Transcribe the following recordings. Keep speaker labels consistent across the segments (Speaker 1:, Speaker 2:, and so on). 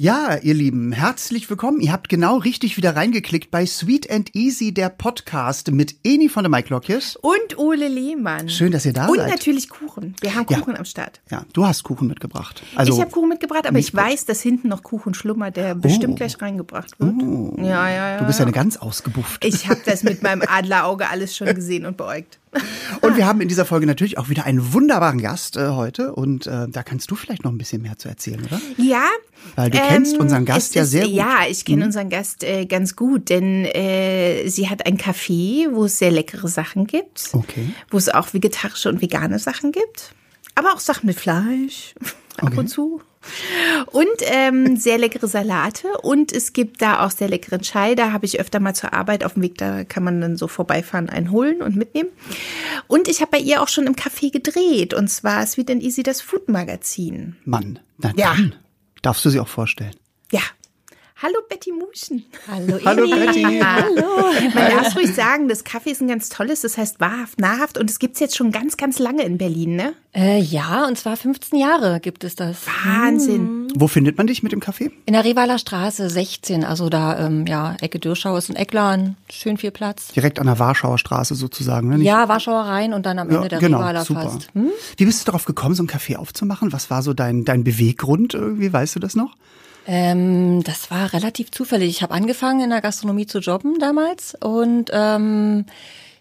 Speaker 1: Ja, ihr Lieben, herzlich willkommen. Ihr habt genau richtig wieder reingeklickt bei Sweet and Easy, der Podcast mit Eni von der Mike Lockjes.
Speaker 2: Und Ole Lehmann.
Speaker 1: Schön, dass ihr da
Speaker 2: Und
Speaker 1: seid.
Speaker 2: natürlich Kuchen. Wir haben
Speaker 1: Ja.
Speaker 2: Kuchen am Start.
Speaker 1: Ja, du hast Kuchen mitgebracht. Also,
Speaker 2: ich habe Kuchen mitgebracht, aber ich
Speaker 1: Milchbrot.
Speaker 2: weiß, dass hinten noch Kuchen schlummert, der bestimmt gleich reingebracht wird. Ja, ja, ja.
Speaker 1: Oh. du bist ja
Speaker 2: ja.
Speaker 1: eine ganz ausgebufft.
Speaker 2: Ich habe das mit meinem Adlerauge alles schon gesehen und beäugt.
Speaker 1: Und wir haben in dieser Folge natürlich auch wieder einen wunderbaren Gast äh, heute. Und äh, da kannst du vielleicht noch ein bisschen mehr zu erzählen, oder?
Speaker 2: Ja. ähm,
Speaker 1: Weil du kennst unseren Gast
Speaker 2: es
Speaker 1: ja
Speaker 2: ist,
Speaker 1: sehr gut. Mhm.
Speaker 2: Ja, ich kenne unseren Gast äh, ganz gut, denn äh, sie hat ein Café, wo es sehr leckere Sachen gibt.
Speaker 1: Okay.
Speaker 2: Wo es auch vegetarische und vegane Sachen gibt. Aber auch Sachen mit Fleisch. Ab
Speaker 1: Okay.
Speaker 2: und zu. Und ähm, sehr leckere Salate. Und es gibt da auch sehr leckeren Chai. Da habe ich öfter mal zur Arbeit auf dem Weg. Da kann man dann so vorbeifahren, einen holen und mitnehmen. Und ich habe bei ihr auch schon im Café gedreht. Und zwar Sweet and Easy, das Food Magazin.
Speaker 1: Mann, na
Speaker 2: Ja.
Speaker 1: dann darfst du sie auch vorstellen.
Speaker 2: Ja. Hallo Betty Muschen.
Speaker 3: Hallo,
Speaker 1: Hallo,
Speaker 3: Edi.
Speaker 1: Betty.
Speaker 3: Hallo.
Speaker 2: Man darf ruhig sagen, das Kaffee ist ein ganz tolles, das heißt wahrhaft, nahrhaft und es gibt's jetzt schon ganz, ganz lange in Berlin, ne?
Speaker 3: Äh, ja, und zwar 15 Jahre gibt es das. Mhm.
Speaker 2: Wahnsinn.
Speaker 1: Wo findet man dich mit dem Kaffee?
Speaker 3: In der Rehweiler Straße 16, also da, ähm, ja, Ecke Dürschau ist ein Ecklan, schön viel Platz.
Speaker 1: Direkt an der Warschauer Straße sozusagen, ne? Nicht-
Speaker 3: Ja, Warschauer Rhein und dann am Ende der Rehweiler fast. Hm?
Speaker 1: genau, Wie bist du darauf gekommen, so einen Kaffee aufzumachen? Was war so dein, dein Beweggrund irgendwie? Weißt du das noch?
Speaker 3: Ähm, das war relativ zufällig. Ich habe angefangen in der Gastronomie zu jobben damals und ähm,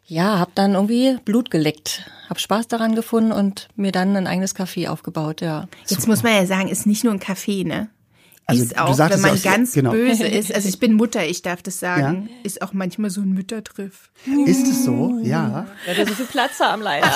Speaker 3: ja, habe dann irgendwie Blut geleckt, habe Spaß daran gefunden und mir dann ein eigenes Café aufgebaut, ja.
Speaker 2: Jetzt muss man ja sagen, ist nicht nur ein Kaffee, ne?
Speaker 1: Also,
Speaker 2: ist
Speaker 1: du
Speaker 2: auch,
Speaker 1: sagtest
Speaker 2: wenn man
Speaker 1: ja auch-
Speaker 2: ganz
Speaker 1: genau.
Speaker 2: böse ist. Also ich bin Mutter, ich darf das sagen. Ist auch manchmal so ein Müttertriff.
Speaker 1: Ist es
Speaker 3: Mm.
Speaker 1: so? Ja.
Speaker 3: Weil wir so viel Platz haben leider.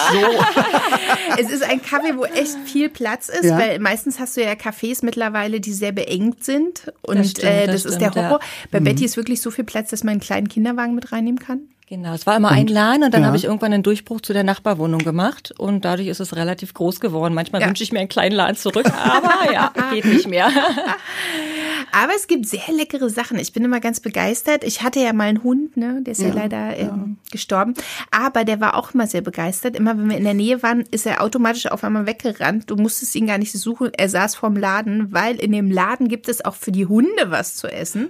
Speaker 2: es ist ein Kaffee, wo echt viel Platz ist,
Speaker 1: Ja.
Speaker 2: weil meistens hast du ja Cafés mittlerweile, die sehr beengt sind. Und das,
Speaker 3: stimmt,
Speaker 2: äh, das,
Speaker 3: das
Speaker 2: ist
Speaker 3: stimmt,
Speaker 2: der Horror.
Speaker 3: ja.
Speaker 2: Bei
Speaker 1: Mhm.
Speaker 2: Betty ist wirklich so viel Platz, dass man einen kleinen Kinderwagen mit reinnehmen kann.
Speaker 3: Genau, es war immer ein Laden und dann
Speaker 1: ja.
Speaker 3: habe ich irgendwann einen Durchbruch zu der Nachbarwohnung gemacht und dadurch ist es relativ groß geworden. Manchmal
Speaker 2: Ja.
Speaker 3: wünsche ich mir einen kleinen Laden zurück, aber ja, geht nicht mehr.
Speaker 2: Aber es gibt sehr leckere Sachen. Ich bin immer ganz begeistert. Ich hatte ja mal einen Hund, ne? der ist ja, leider ähm, gestorben. Aber der war auch immer sehr begeistert. Immer wenn wir in der Nähe waren, ist er automatisch auf einmal weggerannt. Du musstest ihn gar nicht suchen. Er saß vorm Laden, weil in dem Laden gibt es auch für die Hunde was zu essen.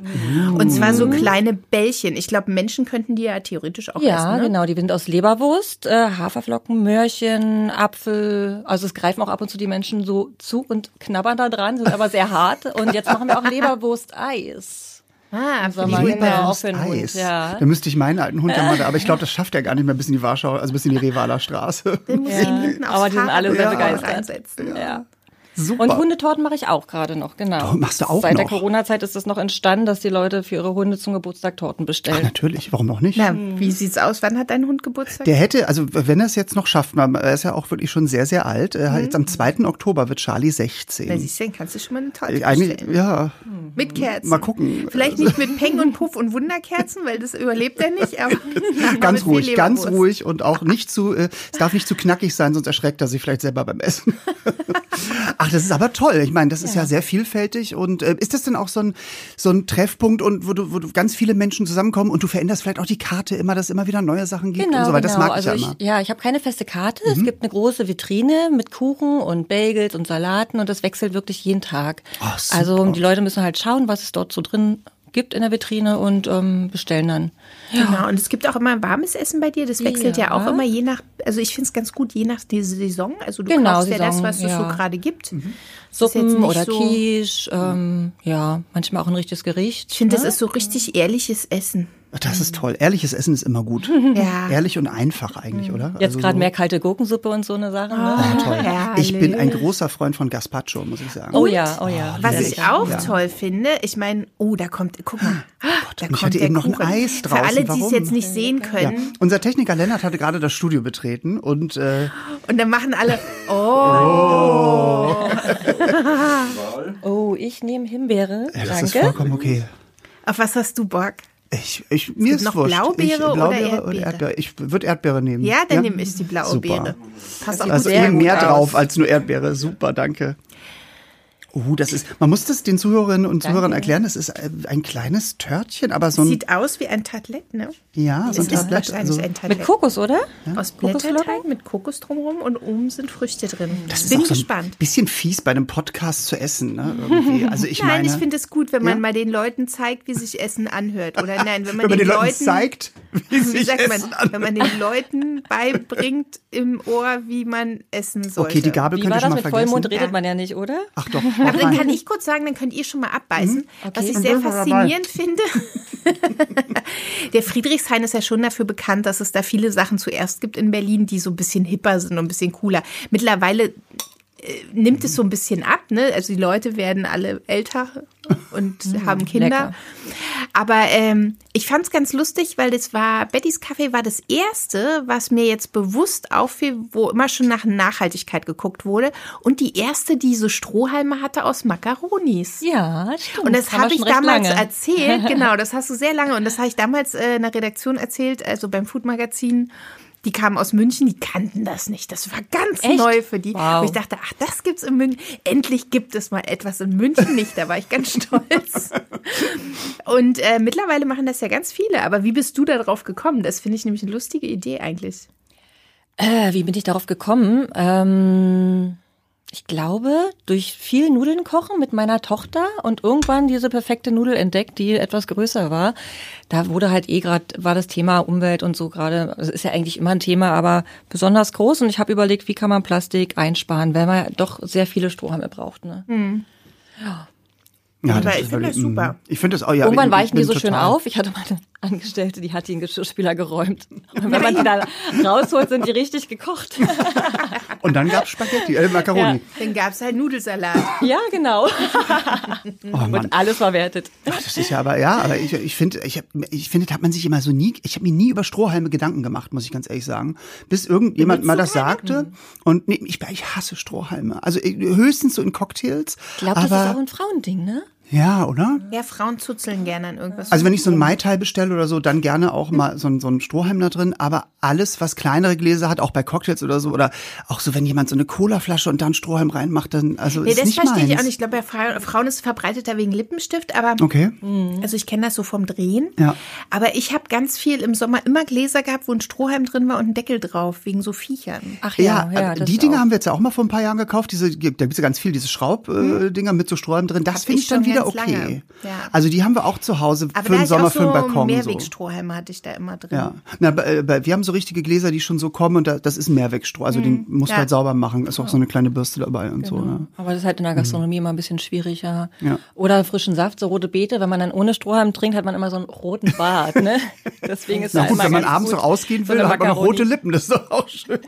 Speaker 2: Und zwar so kleine Bällchen. Ich glaube, Menschen könnten die ja theoretisch auch
Speaker 3: Ja,
Speaker 2: essen. Ne?
Speaker 3: genau, die sind aus Leberwurst, äh, Haferflocken, Möhrchen, Apfel. Also es greifen auch ab und zu die Menschen so zu und knabbern da dran, sind aber sehr hart. Und jetzt machen wir auch Leberwurst-Eis.
Speaker 2: Ah, für die
Speaker 3: Sommer.
Speaker 2: Hunde.
Speaker 3: Leber auf
Speaker 1: Leberwurst
Speaker 3: den Hund,
Speaker 1: Eis.
Speaker 3: ja.
Speaker 1: Da müsste ich meinen alten Hund ja mal da, aber ich glaube, das schafft er gar nicht mehr bis in die Warschau, also bis in die Revaler Straße.
Speaker 2: Dann muss ich ihn hinten aufs
Speaker 3: aber die sind
Speaker 2: Fahrrad
Speaker 3: alle
Speaker 2: oder
Speaker 3: sehr
Speaker 2: so
Speaker 3: begeistert.
Speaker 2: reinsetzen.
Speaker 3: Ja.
Speaker 1: Super.
Speaker 3: Und Hundetorten mache ich auch gerade noch, genau.
Speaker 1: Oh, machst du auch
Speaker 3: Seit der
Speaker 1: noch?
Speaker 3: Corona-Zeit ist es noch entstanden, dass die Leute für ihre Hunde zum Geburtstag Torten
Speaker 1: Ach,
Speaker 3: bestellen.
Speaker 1: natürlich, warum auch nicht?
Speaker 2: Na, wie sieht's aus? Wann hat dein Hund Geburtstag?
Speaker 1: Der hätte, also wenn er es jetzt noch schafft, man- er ist ja auch wirklich schon sehr, sehr alt.
Speaker 3: Mhm.
Speaker 1: Er hat Jetzt am 2. Oktober wird Charlie
Speaker 2: Na,
Speaker 1: 16.
Speaker 2: siehst du, dann kannst du schon mal eine Torte
Speaker 1: Äh,
Speaker 2: bestellen.
Speaker 1: Eigentlich, ja.
Speaker 2: Mit Kerzen.
Speaker 1: Mal gucken.
Speaker 2: Vielleicht nicht mit Peng und Puff und Wunderkerzen, weil das überlebt er nicht. Aber aber mit
Speaker 1: Ganz
Speaker 2: viel
Speaker 1: ruhig, ganz
Speaker 2: Leberwurst.
Speaker 1: ruhig und auch nicht zu, äh, es darf nicht zu knackig sein, sonst erschreckt er sich vielleicht selber beim Essen. Ach, das ist aber toll. Ich meine, das ist ja, sehr vielfältig und äh, ist das denn auch so ein, so ein Treffpunkt und wo du, wo du ganz viele Menschen zusammenkommen und du veränderst vielleicht auch die Karte immer, dass es immer wieder neue Sachen gibt und so weiter. Das mag
Speaker 3: also
Speaker 1: ich
Speaker 3: ich,
Speaker 1: ja immer. Mhm.
Speaker 3: ja, ich habe keine feste Karte. Es gibt eine große Vitrine mit Kuchen und Bagels und Salaten und das wechselt wirklich jeden Tag.
Speaker 1: Ah, super.
Speaker 3: also die Leute müssen halt schauen, was es dort so drin gibt in der Vitrine und ähm, bestellen dann.
Speaker 2: Genau. Und es gibt auch immer warmes Essen bei dir. Das wechselt ja,
Speaker 3: Ja.
Speaker 2: auch immer je nach, also ich finde es ganz gut, je nach der Saison. Also du
Speaker 3: Genau,
Speaker 2: kaufst ja das,
Speaker 3: Saison,
Speaker 2: was es
Speaker 3: ja.
Speaker 2: so gerade
Speaker 1: Mhm.
Speaker 2: gibt. Das ist jetzt
Speaker 3: Suppen
Speaker 2: nicht
Speaker 3: oder
Speaker 2: so-
Speaker 3: Quiche, ähm, ja, manchmal auch ein richtiges Gericht.
Speaker 2: Ich finde, das ist so richtig ehrliches Essen.
Speaker 1: Das ist toll. Ehrliches Essen ist immer gut.
Speaker 2: Ja.
Speaker 1: Ehrlich und einfach eigentlich, oder?
Speaker 3: Jetzt
Speaker 1: Also
Speaker 3: gerade
Speaker 1: so-
Speaker 3: mehr kalte Gurkensuppe und so eine Sache. Ne?
Speaker 1: Ah, toll.
Speaker 2: Herrlich.
Speaker 1: Ich bin ein großer Freund von Gazpacho, muss ich sagen.
Speaker 3: Oh ja, oh
Speaker 1: Ah,
Speaker 3: ja.
Speaker 2: Was
Speaker 3: sehr
Speaker 2: ich
Speaker 3: lecker.
Speaker 2: auch toll finde, ich meine, oh, da kommt, guck mal, da
Speaker 1: Oh ich
Speaker 2: kommt
Speaker 1: hatte
Speaker 2: der
Speaker 1: eben noch ein
Speaker 2: Kuchen.
Speaker 1: Eis draußen.
Speaker 2: Für alle, die es
Speaker 1: Warum?
Speaker 2: jetzt nicht sehen
Speaker 1: Ja.
Speaker 2: können,
Speaker 1: Unser Techniker Lennart hatte gerade das Studio betreten und äh,
Speaker 2: und dann machen alle, oh,
Speaker 3: Oh, ich nehme Himbeere.
Speaker 1: ja, das ist
Speaker 3: Danke.
Speaker 1: vollkommen okay.
Speaker 2: auf was hast du Bock?
Speaker 1: Ich, ich, mir ist
Speaker 2: noch
Speaker 1: wurscht. ich,
Speaker 2: Blaubeere oder
Speaker 1: und
Speaker 2: Erdbeere?
Speaker 1: Ich würde Erdbeere nehmen.
Speaker 2: Ja, dann nehme ich die blaue
Speaker 1: Super.
Speaker 2: Beere. Passt auch
Speaker 1: Also
Speaker 2: sehr
Speaker 1: eben
Speaker 2: gut
Speaker 1: mehr
Speaker 2: aus.
Speaker 1: drauf als nur Erdbeere. Super, danke. Oh, das ist, man muss das den Zuhörerinnen und Zuhörern erklären, das ist äh, ein kleines Törtchen, aber so ein,
Speaker 2: Sieht aus wie ein Tartlet, ne?
Speaker 1: ja, so ein
Speaker 2: es ist
Speaker 1: Tablett.
Speaker 2: wahrscheinlich
Speaker 1: Also,
Speaker 2: ein
Speaker 3: Mit
Speaker 2: Tartlet.
Speaker 3: Kokos, oder?
Speaker 2: Aus
Speaker 3: Kokosflocken?
Speaker 2: Blätterteig mit Kokos drumherum und oben sind Früchte drin.
Speaker 1: das ist
Speaker 2: Bin
Speaker 1: auch so ein
Speaker 2: gespannt.
Speaker 1: bisschen fies bei einem Podcast zu essen, ne? Irgendwie. Also ich
Speaker 2: Nein,
Speaker 1: meine,
Speaker 2: ich finde es gut, wenn man
Speaker 1: Ja?
Speaker 2: mal den Leuten zeigt, wie sich Essen anhört. Oder nein, wenn man,
Speaker 1: wenn man
Speaker 2: den, Leuten,
Speaker 1: zeigt, wie
Speaker 2: wie
Speaker 1: sich
Speaker 2: sagt
Speaker 1: Essen
Speaker 2: man, wenn man den Leuten beibringt im Ohr, wie man essen sollte.
Speaker 1: Okay, die Gabel
Speaker 3: Wie
Speaker 1: könnt
Speaker 3: war
Speaker 1: ihr schon mal
Speaker 3: das mit
Speaker 1: vergessen.
Speaker 3: Vollmond? Redet
Speaker 2: Ja.
Speaker 3: man ja nicht, oder?
Speaker 1: Ach doch.
Speaker 2: Aber dann kann ich kurz sagen, dann könnt ihr schon mal abbeißen. Was ich
Speaker 1: Mhm, Dann
Speaker 2: sehr
Speaker 1: sind wir dabei.
Speaker 2: faszinierend finde. Der Friedrichshain ist ja schon dafür bekannt, dass es da viele Sachen zuerst gibt in Berlin, die so ein bisschen hipper sind und ein bisschen cooler. Mittlerweile äh, nimmt es so ein bisschen ab, ne? Also die Leute werden alle älter und
Speaker 1: Mhm.
Speaker 2: haben Kinder.
Speaker 3: lecker.
Speaker 2: Aber ähm, ich fand es ganz lustig, weil das war, Bettys Kaffee war das erste, was mir jetzt bewusst auffiel, wo immer schon nach Nachhaltigkeit geguckt wurde. Und die erste, die so Strohhalme hatte aus Makaronis.
Speaker 3: Ja, stimmt.
Speaker 2: Und das
Speaker 3: Haben wir
Speaker 2: habe ich
Speaker 3: schon recht
Speaker 2: damals
Speaker 3: lange.
Speaker 2: erzählt, genau, das hast du sehr lange und das habe ich damals äh, in der Redaktion erzählt, also beim Food-Magazin. Die kamen aus München, die kannten das nicht. Das war ganz
Speaker 3: Echt?
Speaker 2: neu für die.
Speaker 3: Wow.
Speaker 2: Und ich dachte, ach, das gibt's in München. Endlich gibt es mal etwas in München nicht. Da war ich ganz stolz. Und äh, mittlerweile machen das ja ganz viele. Aber wie bist du da drauf gekommen? Das finde ich nämlich eine lustige Idee eigentlich.
Speaker 3: Äh, wie bin ich darauf gekommen? Ähm, ich glaube, durch viel Nudeln kochen mit meiner Tochter und irgendwann diese perfekte Nudel entdeckt, die etwas größer war. Da wurde halt eh gerade, war das Thema Umwelt und so gerade, das ist ja eigentlich immer ein Thema, aber besonders groß. Und ich habe überlegt, wie kann man Plastik einsparen, wenn man doch sehr viele Strohhalme braucht. Ne?
Speaker 1: Mhm. Ja,
Speaker 2: Aber
Speaker 1: das
Speaker 2: ich
Speaker 1: ist
Speaker 2: finde das
Speaker 1: wirklich-
Speaker 2: super.
Speaker 1: Ich finde das auch, ja.
Speaker 3: Irgendwann
Speaker 1: ich-
Speaker 3: weichen die
Speaker 1: ich
Speaker 3: so
Speaker 1: bin
Speaker 3: schön
Speaker 1: total-
Speaker 3: auf. Ich hatte meine Angestellte, die hat den Geschirrspüler geräumt. Und wenn man die dann rausholt, sind die richtig gekocht.
Speaker 1: Und dann gab es Spaghetti, äh, Macaroni.
Speaker 2: Dann gab's halt Nudelsalat.
Speaker 3: ja, genau.
Speaker 1: Oh Mann.
Speaker 3: Und alles verwertet.
Speaker 1: Ach, das ist ja aber, ja, aber ich, ich finde, ich, hab- ich finde, da hat man sich immer so nie, ich habe mir nie über Strohhalme Gedanken gemacht, muss ich ganz ehrlich sagen. Bis irgendjemand mal das sagte. Und nee, ich, ich hasse Strohhalme. Also ich- höchstens so in Cocktails.
Speaker 3: Ich glaube,
Speaker 1: aber,
Speaker 3: das ist auch ein Frauending, ne?
Speaker 1: Ja, oder?
Speaker 2: Ja, Frauen zuzeln gerne an irgendwas.
Speaker 1: Also wenn ich so ein Mai Tai bestelle oder so, dann gerne auch mal so, ein- so einen Strohhalm da drin. Aber alles, was kleinere Gläser hat, auch bei Cocktails oder so, oder auch so, wenn jemand so eine Colaflasche und da einen Strohhalm reinmacht, dann, also
Speaker 2: Nee,
Speaker 1: ist
Speaker 2: das
Speaker 1: nicht
Speaker 2: verstehe
Speaker 1: meins.
Speaker 2: ich auch nicht. Ich glaube, bei Fra- Frauen ist es verbreiteter wegen Lippenstift, aber
Speaker 3: Oh,
Speaker 1: Okay.
Speaker 2: also ich kenne das so vom Drehen.
Speaker 1: Mhm. Ja.
Speaker 2: Aber ich habe ganz viel im Sommer immer Gläser gehabt, wo ein Strohhalm drin war und ein Deckel drauf, wegen so Viechern.
Speaker 3: Ach
Speaker 1: Ja, also äh,
Speaker 3: das
Speaker 1: die
Speaker 3: ist
Speaker 1: Dinger
Speaker 3: auch-
Speaker 1: haben wir jetzt ja auch mal vor ein paar Jahren gekauft. Diese, da gibt's ja ganz viel, diese Schraubdinger äh, Dinger mit so Strohhalmen drin. Das
Speaker 2: Hab
Speaker 1: finde
Speaker 2: ich
Speaker 1: ich dann
Speaker 2: schon
Speaker 1: wieder
Speaker 2: ganz
Speaker 1: okay.
Speaker 2: lange. Ja.
Speaker 1: Also die haben wir auch zu Hause
Speaker 2: Aber
Speaker 1: für
Speaker 2: da
Speaker 1: den
Speaker 2: hatte
Speaker 1: Sommer,
Speaker 2: ich auch
Speaker 1: für den
Speaker 2: so
Speaker 1: Balkon. So.
Speaker 2: Mehrwegstrohhalme hatte ich da immer drin.
Speaker 1: Ja, Na, aber, äh, bei- wir haben so richtige Gläser, die schon so kommen und da, das ist ein Mehrwegstroh. Also den musst du
Speaker 2: Ja.
Speaker 1: halt sauber machen. Ist auch so eine kleine Bürste dabei und so. Ne?
Speaker 3: Aber das ist halt in der Gastronomie immer ein bisschen schwieriger.
Speaker 1: Ja.
Speaker 3: Oder frischen Saft, so rote Beete. Wenn man dann ohne Strohhalm trinkt, hat man immer so einen roten Bart. Ne? Deswegen ist
Speaker 1: Na
Speaker 3: da
Speaker 1: gut,
Speaker 3: immer
Speaker 1: wenn man
Speaker 3: ganz
Speaker 1: abends
Speaker 3: gut
Speaker 1: noch ausgehen
Speaker 3: so
Speaker 1: will,
Speaker 3: eine
Speaker 1: hat man noch
Speaker 3: Macaroni.
Speaker 1: rote Lippen. Das ist doch auch schön.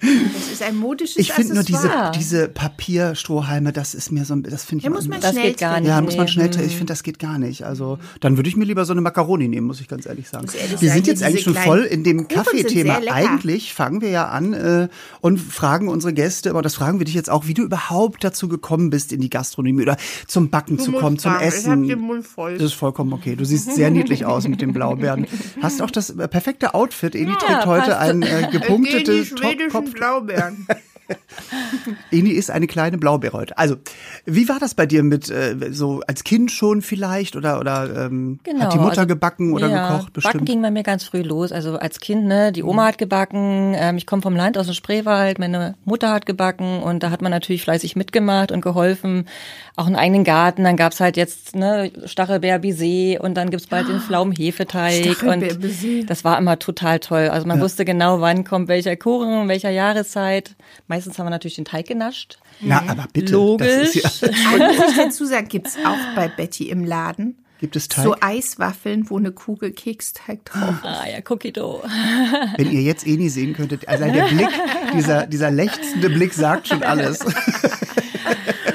Speaker 2: Das ist ein modisches
Speaker 1: Ich finde nur diese,
Speaker 2: Accessoire.
Speaker 1: diese Papierstrohhalme, das ist mir so ein, das finde ich
Speaker 2: Da
Speaker 1: mal
Speaker 2: muss man
Speaker 1: unnötig.
Speaker 3: Das
Speaker 2: schnell
Speaker 3: geht gar
Speaker 2: trinken.
Speaker 3: nicht.
Speaker 1: Ja, muss man
Speaker 3: Nee,
Speaker 1: schnell,
Speaker 2: Mhm.
Speaker 1: ich finde, das geht gar nicht. Also, dann würde ich mir lieber so eine Macaroni nehmen, muss ich ganz ehrlich sagen.
Speaker 2: ehrlich
Speaker 1: wir
Speaker 2: sagen,
Speaker 1: sind jetzt
Speaker 2: diese
Speaker 1: eigentlich schon
Speaker 2: kleinen
Speaker 1: voll in dem
Speaker 2: Kuchen sind
Speaker 1: Kaffeethema.
Speaker 2: sehr lecker.
Speaker 1: Eigentlich fangen wir ja an äh, und fragen unsere Gäste, aber das fragen wir dich jetzt auch, wie du überhaupt dazu gekommen bist, in die Gastronomie oder zum Backen zu
Speaker 2: musst
Speaker 1: kommen, zum
Speaker 2: sagen, ich
Speaker 1: Essen.
Speaker 2: hab den Mund voll.
Speaker 1: Das ist vollkommen okay. Du siehst sehr niedlich aus mit den Blaubeeren. Hast auch das äh, perfekte Outfit. Eni trägt heute
Speaker 3: passt.
Speaker 1: ein äh, gepunktetes Topfkopf.
Speaker 2: Blaubeeren.
Speaker 1: Eni ist eine kleine Blaubeere heute. Also, wie war das bei dir mit äh, so als Kind schon vielleicht oder oder ähm, hat die Mutter
Speaker 3: also-
Speaker 1: gebacken oder
Speaker 3: ja,
Speaker 1: gekocht
Speaker 3: Backen
Speaker 1: bestimmt?
Speaker 3: ging bei mir ganz früh los. Also als Kind, ne, die Oma hat gebacken. Ähm, ich komme vom Land aus dem Spreewald. Meine Mutter hat gebacken und da hat man natürlich fleißig mitgemacht und geholfen. Auch einen eigenen Garten. Dann gab's halt jetzt ne Stachelbeer Bisee und dann gibt's bald
Speaker 1: Ah,
Speaker 3: den Pflaumenhefeteig und
Speaker 2: Stachelbeer-Baiser.
Speaker 3: das war immer total toll. Also man wusste genau, wann kommt welcher Kuchen, in welcher Jahreszeit. Meistens haben wir natürlich den Teig genascht.
Speaker 1: Na, aber bitte, das
Speaker 3: Logisch.
Speaker 1: ist ja,
Speaker 2: Aber muss ich dazu sagen, gibt's auch bei Betty im Laden
Speaker 1: gibt es Teig.
Speaker 2: so Eiswaffeln, wo eine Kugel Keksteig drauf
Speaker 3: Ah ja, Cookie Dough.
Speaker 1: Wenn ihr jetzt Eni sehen könntet, allein der Blick, dieser dieser lechzende Blick sagt schon alles.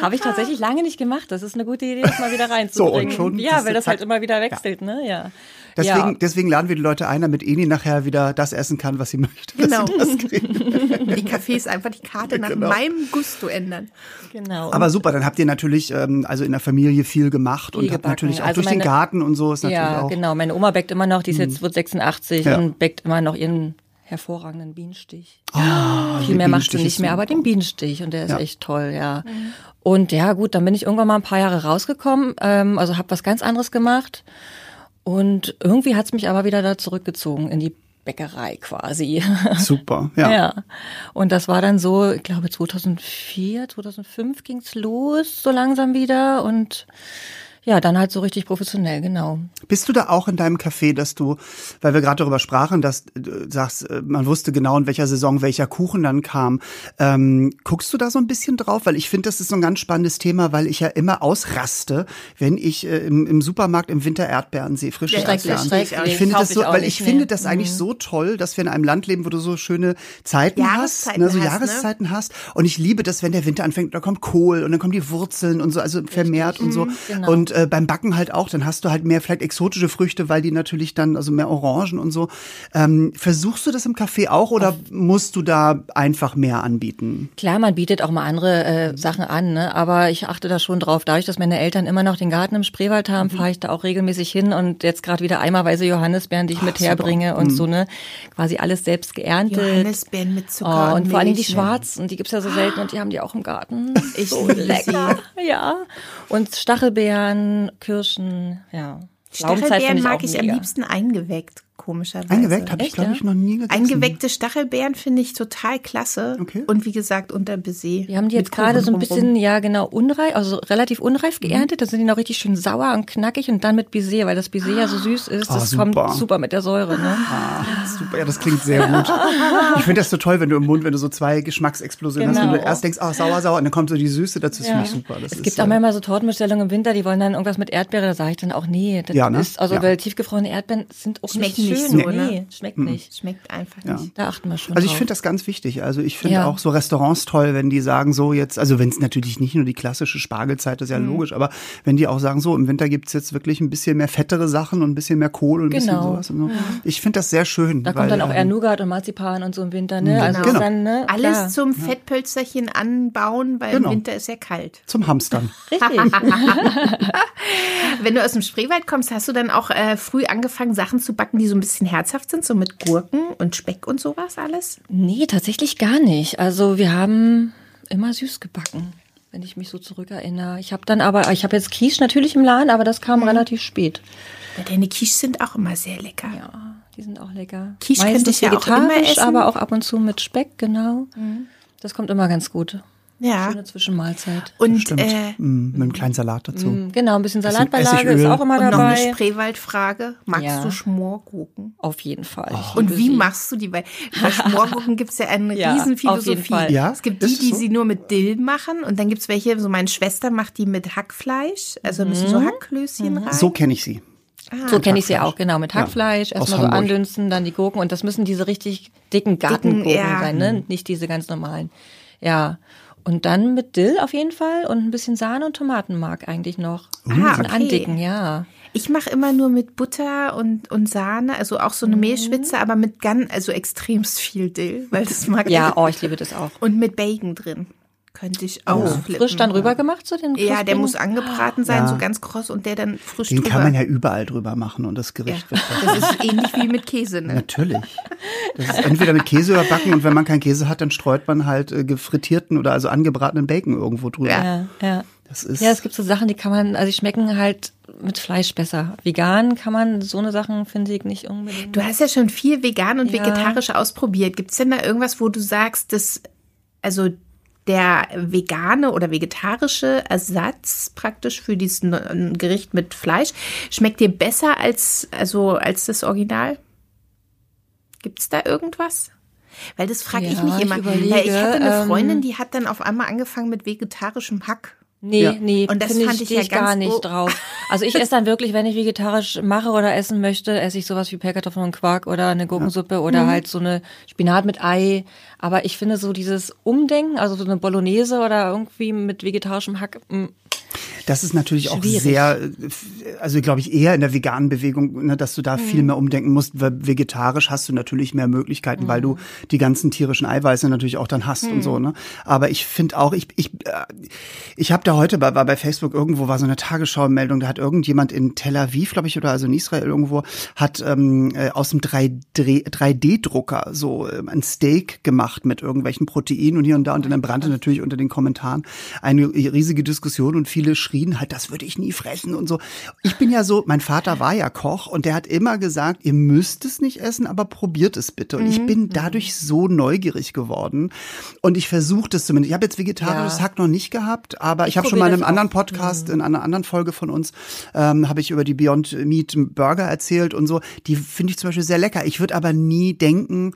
Speaker 3: Habe ich tatsächlich lange nicht gemacht. Das ist eine gute Idee, das mal wieder
Speaker 1: So,
Speaker 3: reinzubringen.
Speaker 1: und schon bist
Speaker 3: ja,
Speaker 1: du
Speaker 3: weil das
Speaker 1: zack.
Speaker 3: halt immer wieder wechselt, ne? Ja.
Speaker 1: Deswegen,
Speaker 3: ja.
Speaker 1: deswegen laden wir die Leute ein, damit Eni nachher wieder das essen kann, was sie möchte. dass
Speaker 2: Genau.
Speaker 1: Sie das kriegen.
Speaker 2: Die Cafés einfach die Karte nach
Speaker 1: Genau.
Speaker 2: meinem Gusto ändern.
Speaker 3: Genau.
Speaker 1: Aber super, dann habt ihr natürlich ähm, also in der Familie viel gemacht und
Speaker 3: Viel
Speaker 1: habt
Speaker 3: gebacken.
Speaker 1: natürlich auch
Speaker 3: Also
Speaker 1: durch den
Speaker 3: meine-
Speaker 1: Garten und so ist natürlich
Speaker 3: ja,
Speaker 1: auch. Mhm.
Speaker 3: genau. Meine Oma bäckt immer noch, die ist jetzt wird 86
Speaker 1: Ja.
Speaker 3: und bäckt immer noch ihren hervorragenden Bienenstich.
Speaker 1: Ah,
Speaker 3: Viel mehr machst du nicht mehr, aber den Bienenstich und der ist
Speaker 1: Ja. Mhm.
Speaker 3: echt toll, ja. Und ja, gut, dann bin ich irgendwann mal ein paar Jahre rausgekommen, ähm, also habe was ganz anderes gemacht und irgendwie hat's mich aber wieder da zurückgezogen in die Bäckerei quasi.
Speaker 1: Super, ja.
Speaker 3: Ja. Und das war dann so, ich glaube 2004, 2005 ging's los, so langsam wieder und ja, dann halt so richtig professionell, genau.
Speaker 1: Bist du da auch in deinem Café, dass du, weil wir gerade darüber sprachen, dass du sagst, äh, man wusste genau, in welcher Saison welcher Kuchen dann kam. Ähm, guckst du da so ein bisschen drauf? Weil ich finde, das ist so ein ganz spannendes Thema, weil ich ja immer ausraste, wenn ich äh, im, im Supermarkt im Winter Erdbeeren sehe, frische
Speaker 3: Schrecklich,
Speaker 1: Erdbeeren.
Speaker 3: schrecklich.
Speaker 1: Ich finde
Speaker 3: Kauf
Speaker 1: das so,
Speaker 3: ich auch
Speaker 1: weil ich
Speaker 3: nicht, Mhm. nee.
Speaker 1: finde das eigentlich so toll, dass wir in einem Land leben, wo du so schöne Zeiten hast,
Speaker 2: Jahreszeiten
Speaker 1: ne, so
Speaker 2: hast, ne?
Speaker 1: Jahreszeiten hast. Und ich liebe das, wenn der Winter anfängt, da kommt Kohl und dann kommen die Wurzeln und so, also vermehrt und so.
Speaker 3: genau.
Speaker 1: Und äh, beim Backen halt auch, dann hast du halt mehr vielleicht exotische Früchte, weil die natürlich dann, also mehr Orangen und so. Ähm, versuchst du das im Café auch oder musst du da einfach mehr anbieten?
Speaker 3: Klar, man bietet auch mal andere
Speaker 1: Mhm.
Speaker 3: äh, Sachen an, ne? aber ich achte da schon drauf. Dadurch, dass meine Eltern immer noch den Garten im Spreewald haben,
Speaker 1: Mhm.
Speaker 3: fahre ich da auch regelmäßig hin und jetzt gerade wieder eimerweise Johannisbeeren, die ich mit herbringe
Speaker 1: Mhm.
Speaker 3: und so, ne? Quasi alles selbst geerntet.
Speaker 2: Johannisbeeren mit Zucker
Speaker 3: Oh, und
Speaker 2: und
Speaker 3: vor allem die
Speaker 2: Milch, ne?
Speaker 3: schwarzen, die gibt's ja so selten und die haben die auch im Garten.
Speaker 2: Ich
Speaker 3: so
Speaker 2: liebe sie.
Speaker 3: lecker. Ja. Und Stachelbeeren, Kirschen, ja. Lauchenzeit
Speaker 2: Stachelbeeren
Speaker 3: finde auch
Speaker 2: mag ich am
Speaker 3: mega.
Speaker 2: liebsten eingeweckt, komischerweise.
Speaker 1: Eingeweckt habe ich,
Speaker 3: Echt,
Speaker 1: glaube
Speaker 3: ja?
Speaker 1: ich, noch nie gegessen.
Speaker 2: Eingeweckte Stachelbeeren finde ich total klasse.
Speaker 1: Okay.
Speaker 2: Und wie gesagt, unter Baiser.
Speaker 3: Wir haben die
Speaker 2: Mit
Speaker 3: jetzt
Speaker 2: Kuchen
Speaker 3: gerade so ein
Speaker 2: drumrum.
Speaker 3: bisschen, ja genau, unreif, also relativ unreif
Speaker 1: Mhm.
Speaker 3: geerntet. Da sind die noch richtig schön sauer und knackig und dann mit Baiser, weil das Baiser ja so süß ist.
Speaker 1: Ah,
Speaker 3: Das
Speaker 1: super.
Speaker 3: kommt super mit der Säure. Ne?
Speaker 1: Ah, super, ja, das klingt sehr gut. Ich finde das so toll, wenn du im Mund, wenn du so zwei Geschmacksexplosionen hast, wenn du
Speaker 3: Genau.
Speaker 1: erst denkst, ah, sauer, sauer, und dann kommt so die Süße dazu, das finde ich super. Das
Speaker 3: es
Speaker 1: ist,
Speaker 3: gibt
Speaker 1: äh,
Speaker 3: auch manchmal so Tortenbestellungen im Winter, die wollen dann irgendwas mit Erdbeere. Da sage ich dann auch, nee, das
Speaker 1: Ja, ne?
Speaker 3: ist, also
Speaker 1: Ja.
Speaker 3: weil tiefgefrorene Erdbeeren sind auch
Speaker 2: Schmeckt
Speaker 3: nicht
Speaker 2: nicht
Speaker 3: schön.
Speaker 2: so, ne?
Speaker 3: nee, schmeckt nicht.
Speaker 2: Schmeckt einfach
Speaker 1: Ja.
Speaker 2: nicht.
Speaker 3: Da achten wir schon
Speaker 1: Mhm. Also ich
Speaker 3: drauf.
Speaker 1: finde das ganz wichtig. Also ich finde
Speaker 3: Ja.
Speaker 1: auch so Restaurants toll, wenn die sagen so jetzt, also wenn es natürlich nicht nur die klassische Spargelzeit ist, ja
Speaker 3: Mhm.
Speaker 1: logisch, aber wenn die auch sagen so, im Winter gibt's jetzt wirklich ein bisschen mehr fettere Sachen und ein bisschen mehr Kohl und ein bisschen
Speaker 3: Genau.
Speaker 1: sowas. Und so. Ich finde das sehr schön.
Speaker 3: Da kommt dann
Speaker 1: ähm,
Speaker 3: auch eher Nougat und Marzipan und so im Winter, ne? Also
Speaker 1: Genau.
Speaker 3: dann, ne?
Speaker 2: Alles
Speaker 3: klar.
Speaker 2: zum Fettpölsterchen anbauen, weil
Speaker 1: Genau.
Speaker 2: im Winter ist ja kalt.
Speaker 1: zum Hamstern.
Speaker 3: Richtig.
Speaker 2: Wenn du aus dem Spreewald kommst, hast du dann auch äh, früh angefangen, Sachen zu backen, die so ein bisschen herzhaft sind, so mit Gurken und Speck und sowas alles?
Speaker 3: nee, tatsächlich gar nicht. Also wir haben immer süß gebacken, wenn ich mich so zurückerinnere. Ich habe dann aber, ich habe jetzt Quiche natürlich im Laden, aber das kam
Speaker 2: Mhm.
Speaker 3: relativ spät.
Speaker 2: Ja, deine Quiches sind auch immer sehr lecker.
Speaker 3: Ja, die sind auch lecker.
Speaker 2: Quiche könnte
Speaker 3: Meistens
Speaker 2: ich ja auch
Speaker 3: vegetarisch,
Speaker 2: immer essen. Mhm.
Speaker 3: aber auch ab und zu mit Speck, genau. Das kommt immer ganz gut.
Speaker 2: Ja.
Speaker 3: Schöne Zwischenmahlzeit.
Speaker 2: Und,
Speaker 1: Stimmt.
Speaker 2: äh,
Speaker 1: Mm, mit einem kleinen Salat dazu.
Speaker 3: Genau, ein bisschen Salatbeilage
Speaker 1: Essigöl.
Speaker 3: ist auch immer
Speaker 2: und noch eine
Speaker 3: dabei.
Speaker 2: Spreewaldfrage. Magst
Speaker 3: Ja.
Speaker 2: du Schmorgurken?
Speaker 3: Auf jeden Fall. Ich
Speaker 2: Und
Speaker 3: liebe
Speaker 2: wie
Speaker 3: sie.
Speaker 2: machst du die? Weil bei Schmorgurken gibt's ja eine
Speaker 3: Ja,
Speaker 2: riesen
Speaker 3: auf jeden
Speaker 2: Philosophie.
Speaker 3: Fall.
Speaker 1: Ja,
Speaker 2: es gibt
Speaker 1: ist
Speaker 2: die,
Speaker 1: es
Speaker 2: die
Speaker 1: so?
Speaker 2: sie nur mit Dill machen und dann gibt's welche, so meine Schwester macht die mit Hackfleisch, also müssen
Speaker 3: Mhm.
Speaker 2: so Hackklößchen rein.
Speaker 1: So kenne ich sie.
Speaker 3: So kenne ich sie auch, genau. Mit Hackfleisch,
Speaker 1: aus
Speaker 3: erstmal so
Speaker 1: Hamburg.
Speaker 3: andünsten, dann die Gurken. Und das müssen diese richtig dicken Gartengurken
Speaker 2: ja. Mhm.
Speaker 3: sein, ne? Nicht diese ganz normalen. Ja. Und dann mit Dill auf jeden Fall und ein bisschen Sahne und Tomatenmark eigentlich noch. ein
Speaker 2: Ah,
Speaker 3: bisschen
Speaker 2: okay.
Speaker 3: andicken, ja.
Speaker 2: Ich mache immer nur mit Butter und, und Sahne, also auch
Speaker 3: Mhm.
Speaker 2: so eine Mehlschwitze, aber mit ganz, also extremst viel Dill, weil das mag
Speaker 3: Ja,
Speaker 2: ich.
Speaker 3: oh, ich liebe das auch.
Speaker 2: Und mit Bacon drin. Könnte ich ausflippen.
Speaker 3: Frisch dann rüber gemacht zu den
Speaker 2: Ja, der
Speaker 3: Knusprigen?
Speaker 2: muss angebraten sein, so ganz kross und der dann frisch
Speaker 1: Den
Speaker 2: drüber.
Speaker 1: kann man ja überall drüber machen und das
Speaker 2: Ja.
Speaker 1: Gericht wird besser.
Speaker 2: Das ist ähnlich wie mit Käse, ne?
Speaker 1: Natürlich. Das ist entweder mit Käse überbacken und wenn man keinen Käse hat, dann streut man halt äh, gefrittierten oder also angebratenen Bacon irgendwo drüber.
Speaker 2: Ja.
Speaker 3: Ja, ja.
Speaker 1: Das ist
Speaker 3: Ja, es gibt so Sachen, die kann man, also die schmecken halt mit Fleisch besser. Vegan kann man so eine Sachen, finde ich, nicht unbedingt.
Speaker 2: Du hast ja schon viel vegan und
Speaker 3: Ja.
Speaker 2: vegetarisch ausprobiert. Gibt's denn da irgendwas, wo du sagst, dass also der vegane oder vegetarische Ersatz praktisch für dieses ne- Gericht mit Fleisch schmeckt dir besser als also als das Original? Gibt's da irgendwas? Weil das frage ich
Speaker 3: Ja,
Speaker 2: mich
Speaker 3: ich
Speaker 2: immer.
Speaker 3: überlege,
Speaker 2: Weil ich hatte eine
Speaker 3: ähm,
Speaker 2: Freundin, die hat dann auf einmal angefangen mit vegetarischem Hack.
Speaker 3: Nee,
Speaker 1: Ja.
Speaker 3: nee,
Speaker 2: Und das
Speaker 3: finde
Speaker 2: fand
Speaker 3: ich,
Speaker 2: ich ja
Speaker 3: stehe ich gar
Speaker 2: ganz
Speaker 3: nicht
Speaker 2: o-
Speaker 3: drauf. Also ich esse dann wirklich, wenn ich vegetarisch mache oder essen möchte, esse ich sowas wie Pellkartoffeln und Quark oder eine Gurkensuppe
Speaker 2: Mhm.
Speaker 3: oder halt so eine Spinat mit Ei. Aber ich finde so dieses Umdenken, also so eine Bolognese oder irgendwie mit vegetarischem Hack, mm,
Speaker 1: Das ist natürlich auch
Speaker 3: Schwierig.
Speaker 1: sehr, äh, also glaube ich eher in der veganen Bewegung, ne, dass du da viel mehr umdenken musst. Weil vegetarisch hast du natürlich mehr Möglichkeiten, weil du die ganzen tierischen Eiweiße natürlich auch dann hast und so. Ne? Aber ich finde auch, ich ich äh, ich habe da heute bei, war bei Facebook irgendwo war so eine Tagesschau-Meldung, da hat irgendjemand in Tel Aviv, glaube ich, oder also in Israel irgendwo, hat ähm, äh, aus dem 3D 3D-Drucker so ähm, ein Steak gemacht mit irgendwelchen Proteinen und hier und da. Und dann brannte natürlich unter den Kommentaren eine riesige Diskussion und viele schrien halt, das würde ich nie fressen und so. Ich bin ja so, mein Vater war ja Koch und der hat immer gesagt, ihr müsst es nicht essen, aber probiert es bitte. Und
Speaker 3: Mhm.
Speaker 1: ich bin dadurch so neugierig geworden und ich versuche das zumindest. Ich habe jetzt vegetarisches
Speaker 3: Ja.
Speaker 1: Hack noch nicht gehabt, aber ich, habe schon
Speaker 3: probier
Speaker 1: mal in
Speaker 3: das
Speaker 1: einem
Speaker 3: auch.
Speaker 1: anderen Podcast, in einer anderen Folge von uns, ähm, habe ich über die Beyond Meat Burger erzählt und so. Die finde ich zum Beispiel sehr lecker. Ich würde aber nie denken,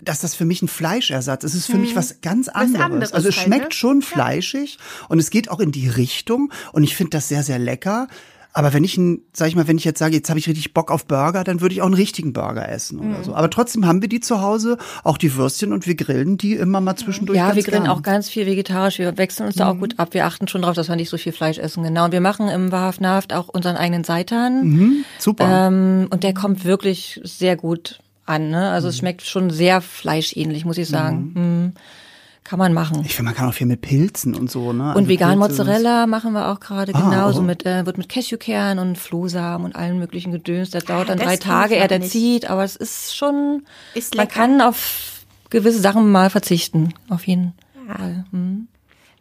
Speaker 1: dass das für mich ein Fleischersatz ist. Es ist für mich was ganz anderes.
Speaker 2: Mhm. anderes
Speaker 1: also es
Speaker 2: halt,
Speaker 1: schmeckt
Speaker 2: ne?
Speaker 1: schon fleischig und es geht auch in die Richtung und ich finde das sehr, sehr lecker. Aber wenn ich, ein, sag ich mal, wenn ich jetzt sage, jetzt habe ich richtig Bock auf Burger, dann würde ich auch einen richtigen Burger essen oder
Speaker 2: Mhm.
Speaker 1: so. Aber trotzdem haben wir die zu Hause, auch die Würstchen und wir grillen die immer mal zwischendurch.
Speaker 3: Ja,
Speaker 1: ganz
Speaker 3: wir grillen
Speaker 1: gern.
Speaker 3: auch ganz viel vegetarisch. Wir wechseln uns da
Speaker 2: Mhm.
Speaker 3: auch gut ab. Wir achten schon drauf, dass wir nicht so viel Fleisch essen. Genau. Und wir machen im wahrhaften Haft auch unseren eigenen Seitan.
Speaker 1: Mhm, Super.
Speaker 3: Ähm, und der kommt wirklich sehr gut an. Ne? Also
Speaker 1: Mhm.
Speaker 3: es schmeckt schon sehr fleischähnlich, muss ich sagen. Mhm. Kann man machen.
Speaker 1: ich finde, man kann auch viel mit Pilzen und so, ne?
Speaker 3: Und
Speaker 1: Also
Speaker 3: vegan
Speaker 1: Pilze sind-
Speaker 3: Mozzarella machen wir auch gerade
Speaker 1: Ah,
Speaker 3: genauso
Speaker 1: oh.
Speaker 3: mit äh, wird mit Cashewkern und Flohsamen und allen möglichen Gedöns. Das dauert dann
Speaker 2: Ah, das
Speaker 3: drei
Speaker 2: kenn ich
Speaker 3: Tage,
Speaker 2: noch
Speaker 3: er der
Speaker 2: nicht.
Speaker 3: zieht, aber es ist schon
Speaker 2: Ist
Speaker 3: man
Speaker 2: lecker.
Speaker 3: kann auf gewisse Sachen mal verzichten, auf jeden Fall. Mhm.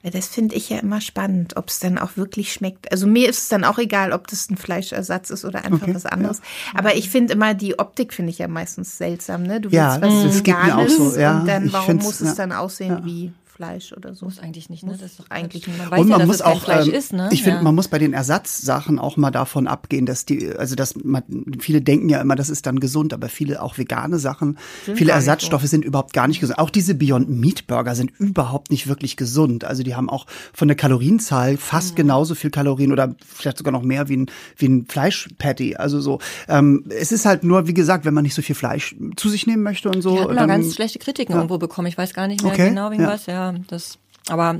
Speaker 2: Ja, das finde ich ja immer spannend, ob es dann auch wirklich schmeckt. Also mir ist es dann auch egal, ob das ein Fleischersatz ist oder einfach was anderes. Aber ich finde immer, die Optik finde ich ja meistens seltsam. Ne? Du
Speaker 1: Ja,
Speaker 2: willst was
Speaker 1: das geht mir auch
Speaker 2: Veganes
Speaker 1: so, ja.
Speaker 2: und dann
Speaker 1: Ich
Speaker 2: warum
Speaker 1: find's,
Speaker 2: muss
Speaker 1: ja.
Speaker 2: es dann aussehen wie Fleisch oder so?
Speaker 3: Muss eigentlich nicht, ne? Das ist doch
Speaker 2: eigentlich
Speaker 3: eigentlich
Speaker 2: nicht.
Speaker 3: man weiß
Speaker 1: und man
Speaker 3: ja,
Speaker 1: muss
Speaker 3: dass es
Speaker 1: auch,
Speaker 3: kein Fleisch
Speaker 1: ähm,
Speaker 3: ist, ne?
Speaker 1: ich finde,
Speaker 3: ja.
Speaker 1: man muss bei den Ersatzsachen auch mal davon abgehen, dass die, also dass man, viele denken ja immer, das ist dann gesund, aber viele auch vegane Sachen, viele
Speaker 2: gar nicht so.
Speaker 1: Ersatzstoffe sind überhaupt gar nicht gesund. Auch diese Beyond Meat Burger sind überhaupt nicht wirklich gesund. Also die haben auch von der Kalorienzahl
Speaker 3: Mhm.
Speaker 1: fast genauso viel Kalorien oder vielleicht sogar noch mehr wie ein, wie ein Fleischpatty. Also so, ähm, es ist halt nur, wie gesagt, wenn man nicht so viel Fleisch zu sich nehmen möchte und so.
Speaker 3: Die hatten da
Speaker 1: dann-
Speaker 3: ganz schlechte Kritiken irgendwo bekommen. Ich weiß gar nicht mehr
Speaker 1: ähm, Okay,
Speaker 3: genau wegen
Speaker 1: ja.
Speaker 3: was. Ja, das. Aber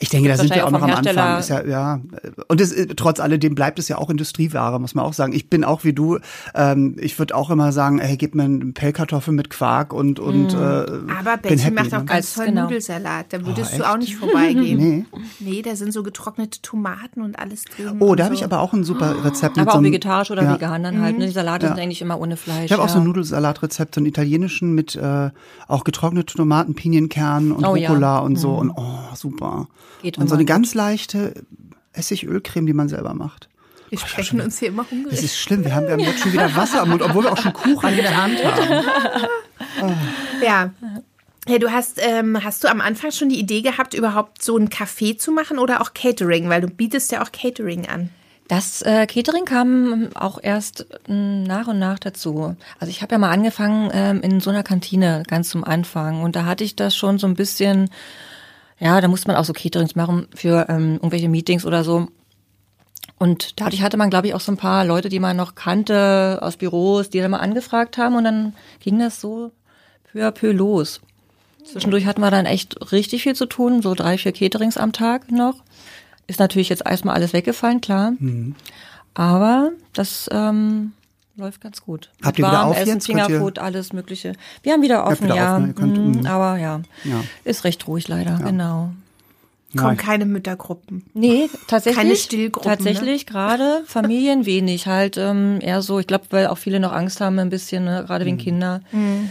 Speaker 1: Ich denke, da sind wir auch noch am
Speaker 3: Wahrscheinlich vom
Speaker 1: Anfang. Ist ja, ja. Und es, äh, trotz alledem bleibt es ja auch Industrieware, muss man auch sagen. Ich bin auch wie du, ähm, ich würde auch immer sagen, hey, gib mir einen Pellkartoffel mit Quark und, und
Speaker 3: Mm.
Speaker 1: äh,
Speaker 2: Aber
Speaker 1: bin
Speaker 2: Betty
Speaker 1: happy,
Speaker 2: macht auch
Speaker 1: ne?
Speaker 2: ganz
Speaker 3: Als-
Speaker 2: tollen
Speaker 3: genau.
Speaker 2: Nudelsalat. Da würdest
Speaker 1: Oh,
Speaker 2: du auch
Speaker 1: echt?
Speaker 2: nicht vorbeigehen.
Speaker 1: Nee.
Speaker 2: Nee, da sind so getrocknete Tomaten und alles drin.
Speaker 1: Oh,
Speaker 2: und
Speaker 1: da
Speaker 2: so.
Speaker 1: habe ich aber auch ein super Rezept. mit
Speaker 3: aber
Speaker 1: so
Speaker 3: auch
Speaker 1: einem-
Speaker 3: vegetarisch oder
Speaker 1: ja. Mhm.
Speaker 3: vegan dann halt. Ne? Die Salate sind eigentlich immer ohne Fleisch.
Speaker 1: Ich habe auch
Speaker 3: ja.
Speaker 1: so ein Nudelsalatrezept, so einen italienischen mit äh, auch getrockneten Tomaten, Pinienkern und
Speaker 3: Oh, ja.
Speaker 1: Rucola und so. Und oh, super.
Speaker 3: Geht
Speaker 1: und so
Speaker 3: immer
Speaker 1: eine
Speaker 3: gut.
Speaker 1: ganz leichte Essigölcreme, die man selber macht.
Speaker 2: Wir sprechen uns hier immer hungrig.
Speaker 1: Es ist schlimm, wir haben, wir haben jetzt schon wieder Wasser am Mund, obwohl wir auch schon Kuchen in der Hand haben.
Speaker 2: Ja. Hey, du hast, ähm, hast du am Anfang schon die Idee gehabt, überhaupt so ein Café zu machen oder auch Catering? Weil du bietest ja auch Catering an.
Speaker 3: Das äh, Catering kam auch erst ähm, nach und nach dazu. Also ich habe ja mal angefangen ähm, in so einer Kantine ganz zum Anfang und da hatte ich das schon so ein bisschen, ja, da musste man auch so Caterings machen für ähm, irgendwelche Meetings oder so. Und dadurch hatte man, glaube ich, auch so ein paar Leute, die man noch kannte aus Büros, die dann mal angefragt haben und dann ging das so peu à peu los. Zwischendurch hatten wir dann echt richtig viel zu tun, so drei, vier Caterings am Tag noch. Ist natürlich jetzt erstmal alles weggefallen, klar.
Speaker 1: Mhm.
Speaker 3: Aber das ähm, läuft ganz gut.
Speaker 1: Habt
Speaker 3: Mit
Speaker 1: ihr wieder
Speaker 3: warmem
Speaker 1: auf
Speaker 3: Essen,
Speaker 1: jetzt? Könnt ihr-
Speaker 3: Fingerfood, alles Mögliche. Wir haben wieder offen,
Speaker 1: wieder
Speaker 3: ja.
Speaker 1: auf, ne? Ihr könnt,
Speaker 3: Mhm,
Speaker 1: mhm.
Speaker 3: Aber ja.
Speaker 1: Ja.
Speaker 3: ist recht ruhig leider, genau.
Speaker 2: Kommen
Speaker 1: Nein.
Speaker 2: keine Müttergruppen.
Speaker 3: Nee, tatsächlich.
Speaker 2: Keine Stillgruppen, ne?
Speaker 3: Tatsächlich, gerade Familien wenig. Halt ähm, eher so, ich glaube, weil auch viele noch Angst haben, ein bisschen, ne? gerade
Speaker 1: Mhm.
Speaker 3: wegen Kinder.
Speaker 2: Mhm.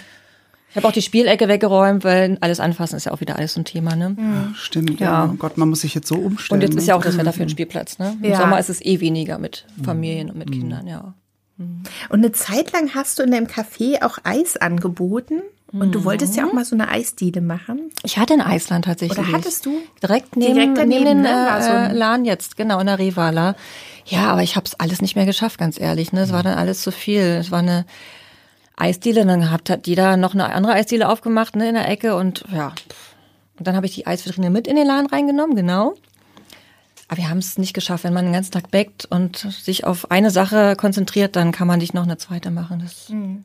Speaker 3: Ich habe auch die Spielecke weggeräumt, weil alles anfassen ist ja auch wieder alles so ein Thema. Ne?
Speaker 1: Mhm. Stimmt, ja.
Speaker 3: Ja.
Speaker 1: Oh Gott, man muss sich jetzt so umstellen.
Speaker 3: Und jetzt ist
Speaker 1: ne?
Speaker 3: ja auch das Wetter für den Spielplatz. Ne? Im
Speaker 2: Ja.
Speaker 3: Sommer ist es eh weniger mit
Speaker 1: Mhm.
Speaker 3: Familien und mit Kindern, ja.
Speaker 2: Und eine Zeit lang hast du in deinem Café auch Eis angeboten. Und du wolltest ja auch mal so eine Eisdiele machen.
Speaker 3: Ich hatte in Iceland tatsächlich.
Speaker 2: Oder hattest du?
Speaker 3: Direkt neben,
Speaker 2: Direkt daneben,
Speaker 3: neben den
Speaker 2: ne? War so
Speaker 3: äh,
Speaker 2: ein-
Speaker 3: äh, Lahn jetzt, genau, in der Rivala. Ja, aber ich habe es alles nicht mehr geschafft, ganz ehrlich. Ne? Es
Speaker 2: Mhm.
Speaker 3: war dann alles zu viel. Es war eine Eisdiele, und dann hat, hat die da noch eine andere Eisdiele aufgemacht ne, in der Ecke und ja. Und dann habe ich die Eisvitrine mit in den Laden reingenommen, genau. Aber wir haben es nicht geschafft. Wenn man den ganzen Tag backt und sich auf eine Sache konzentriert, dann kann man nicht noch eine zweite machen. Das,
Speaker 2: Mhm.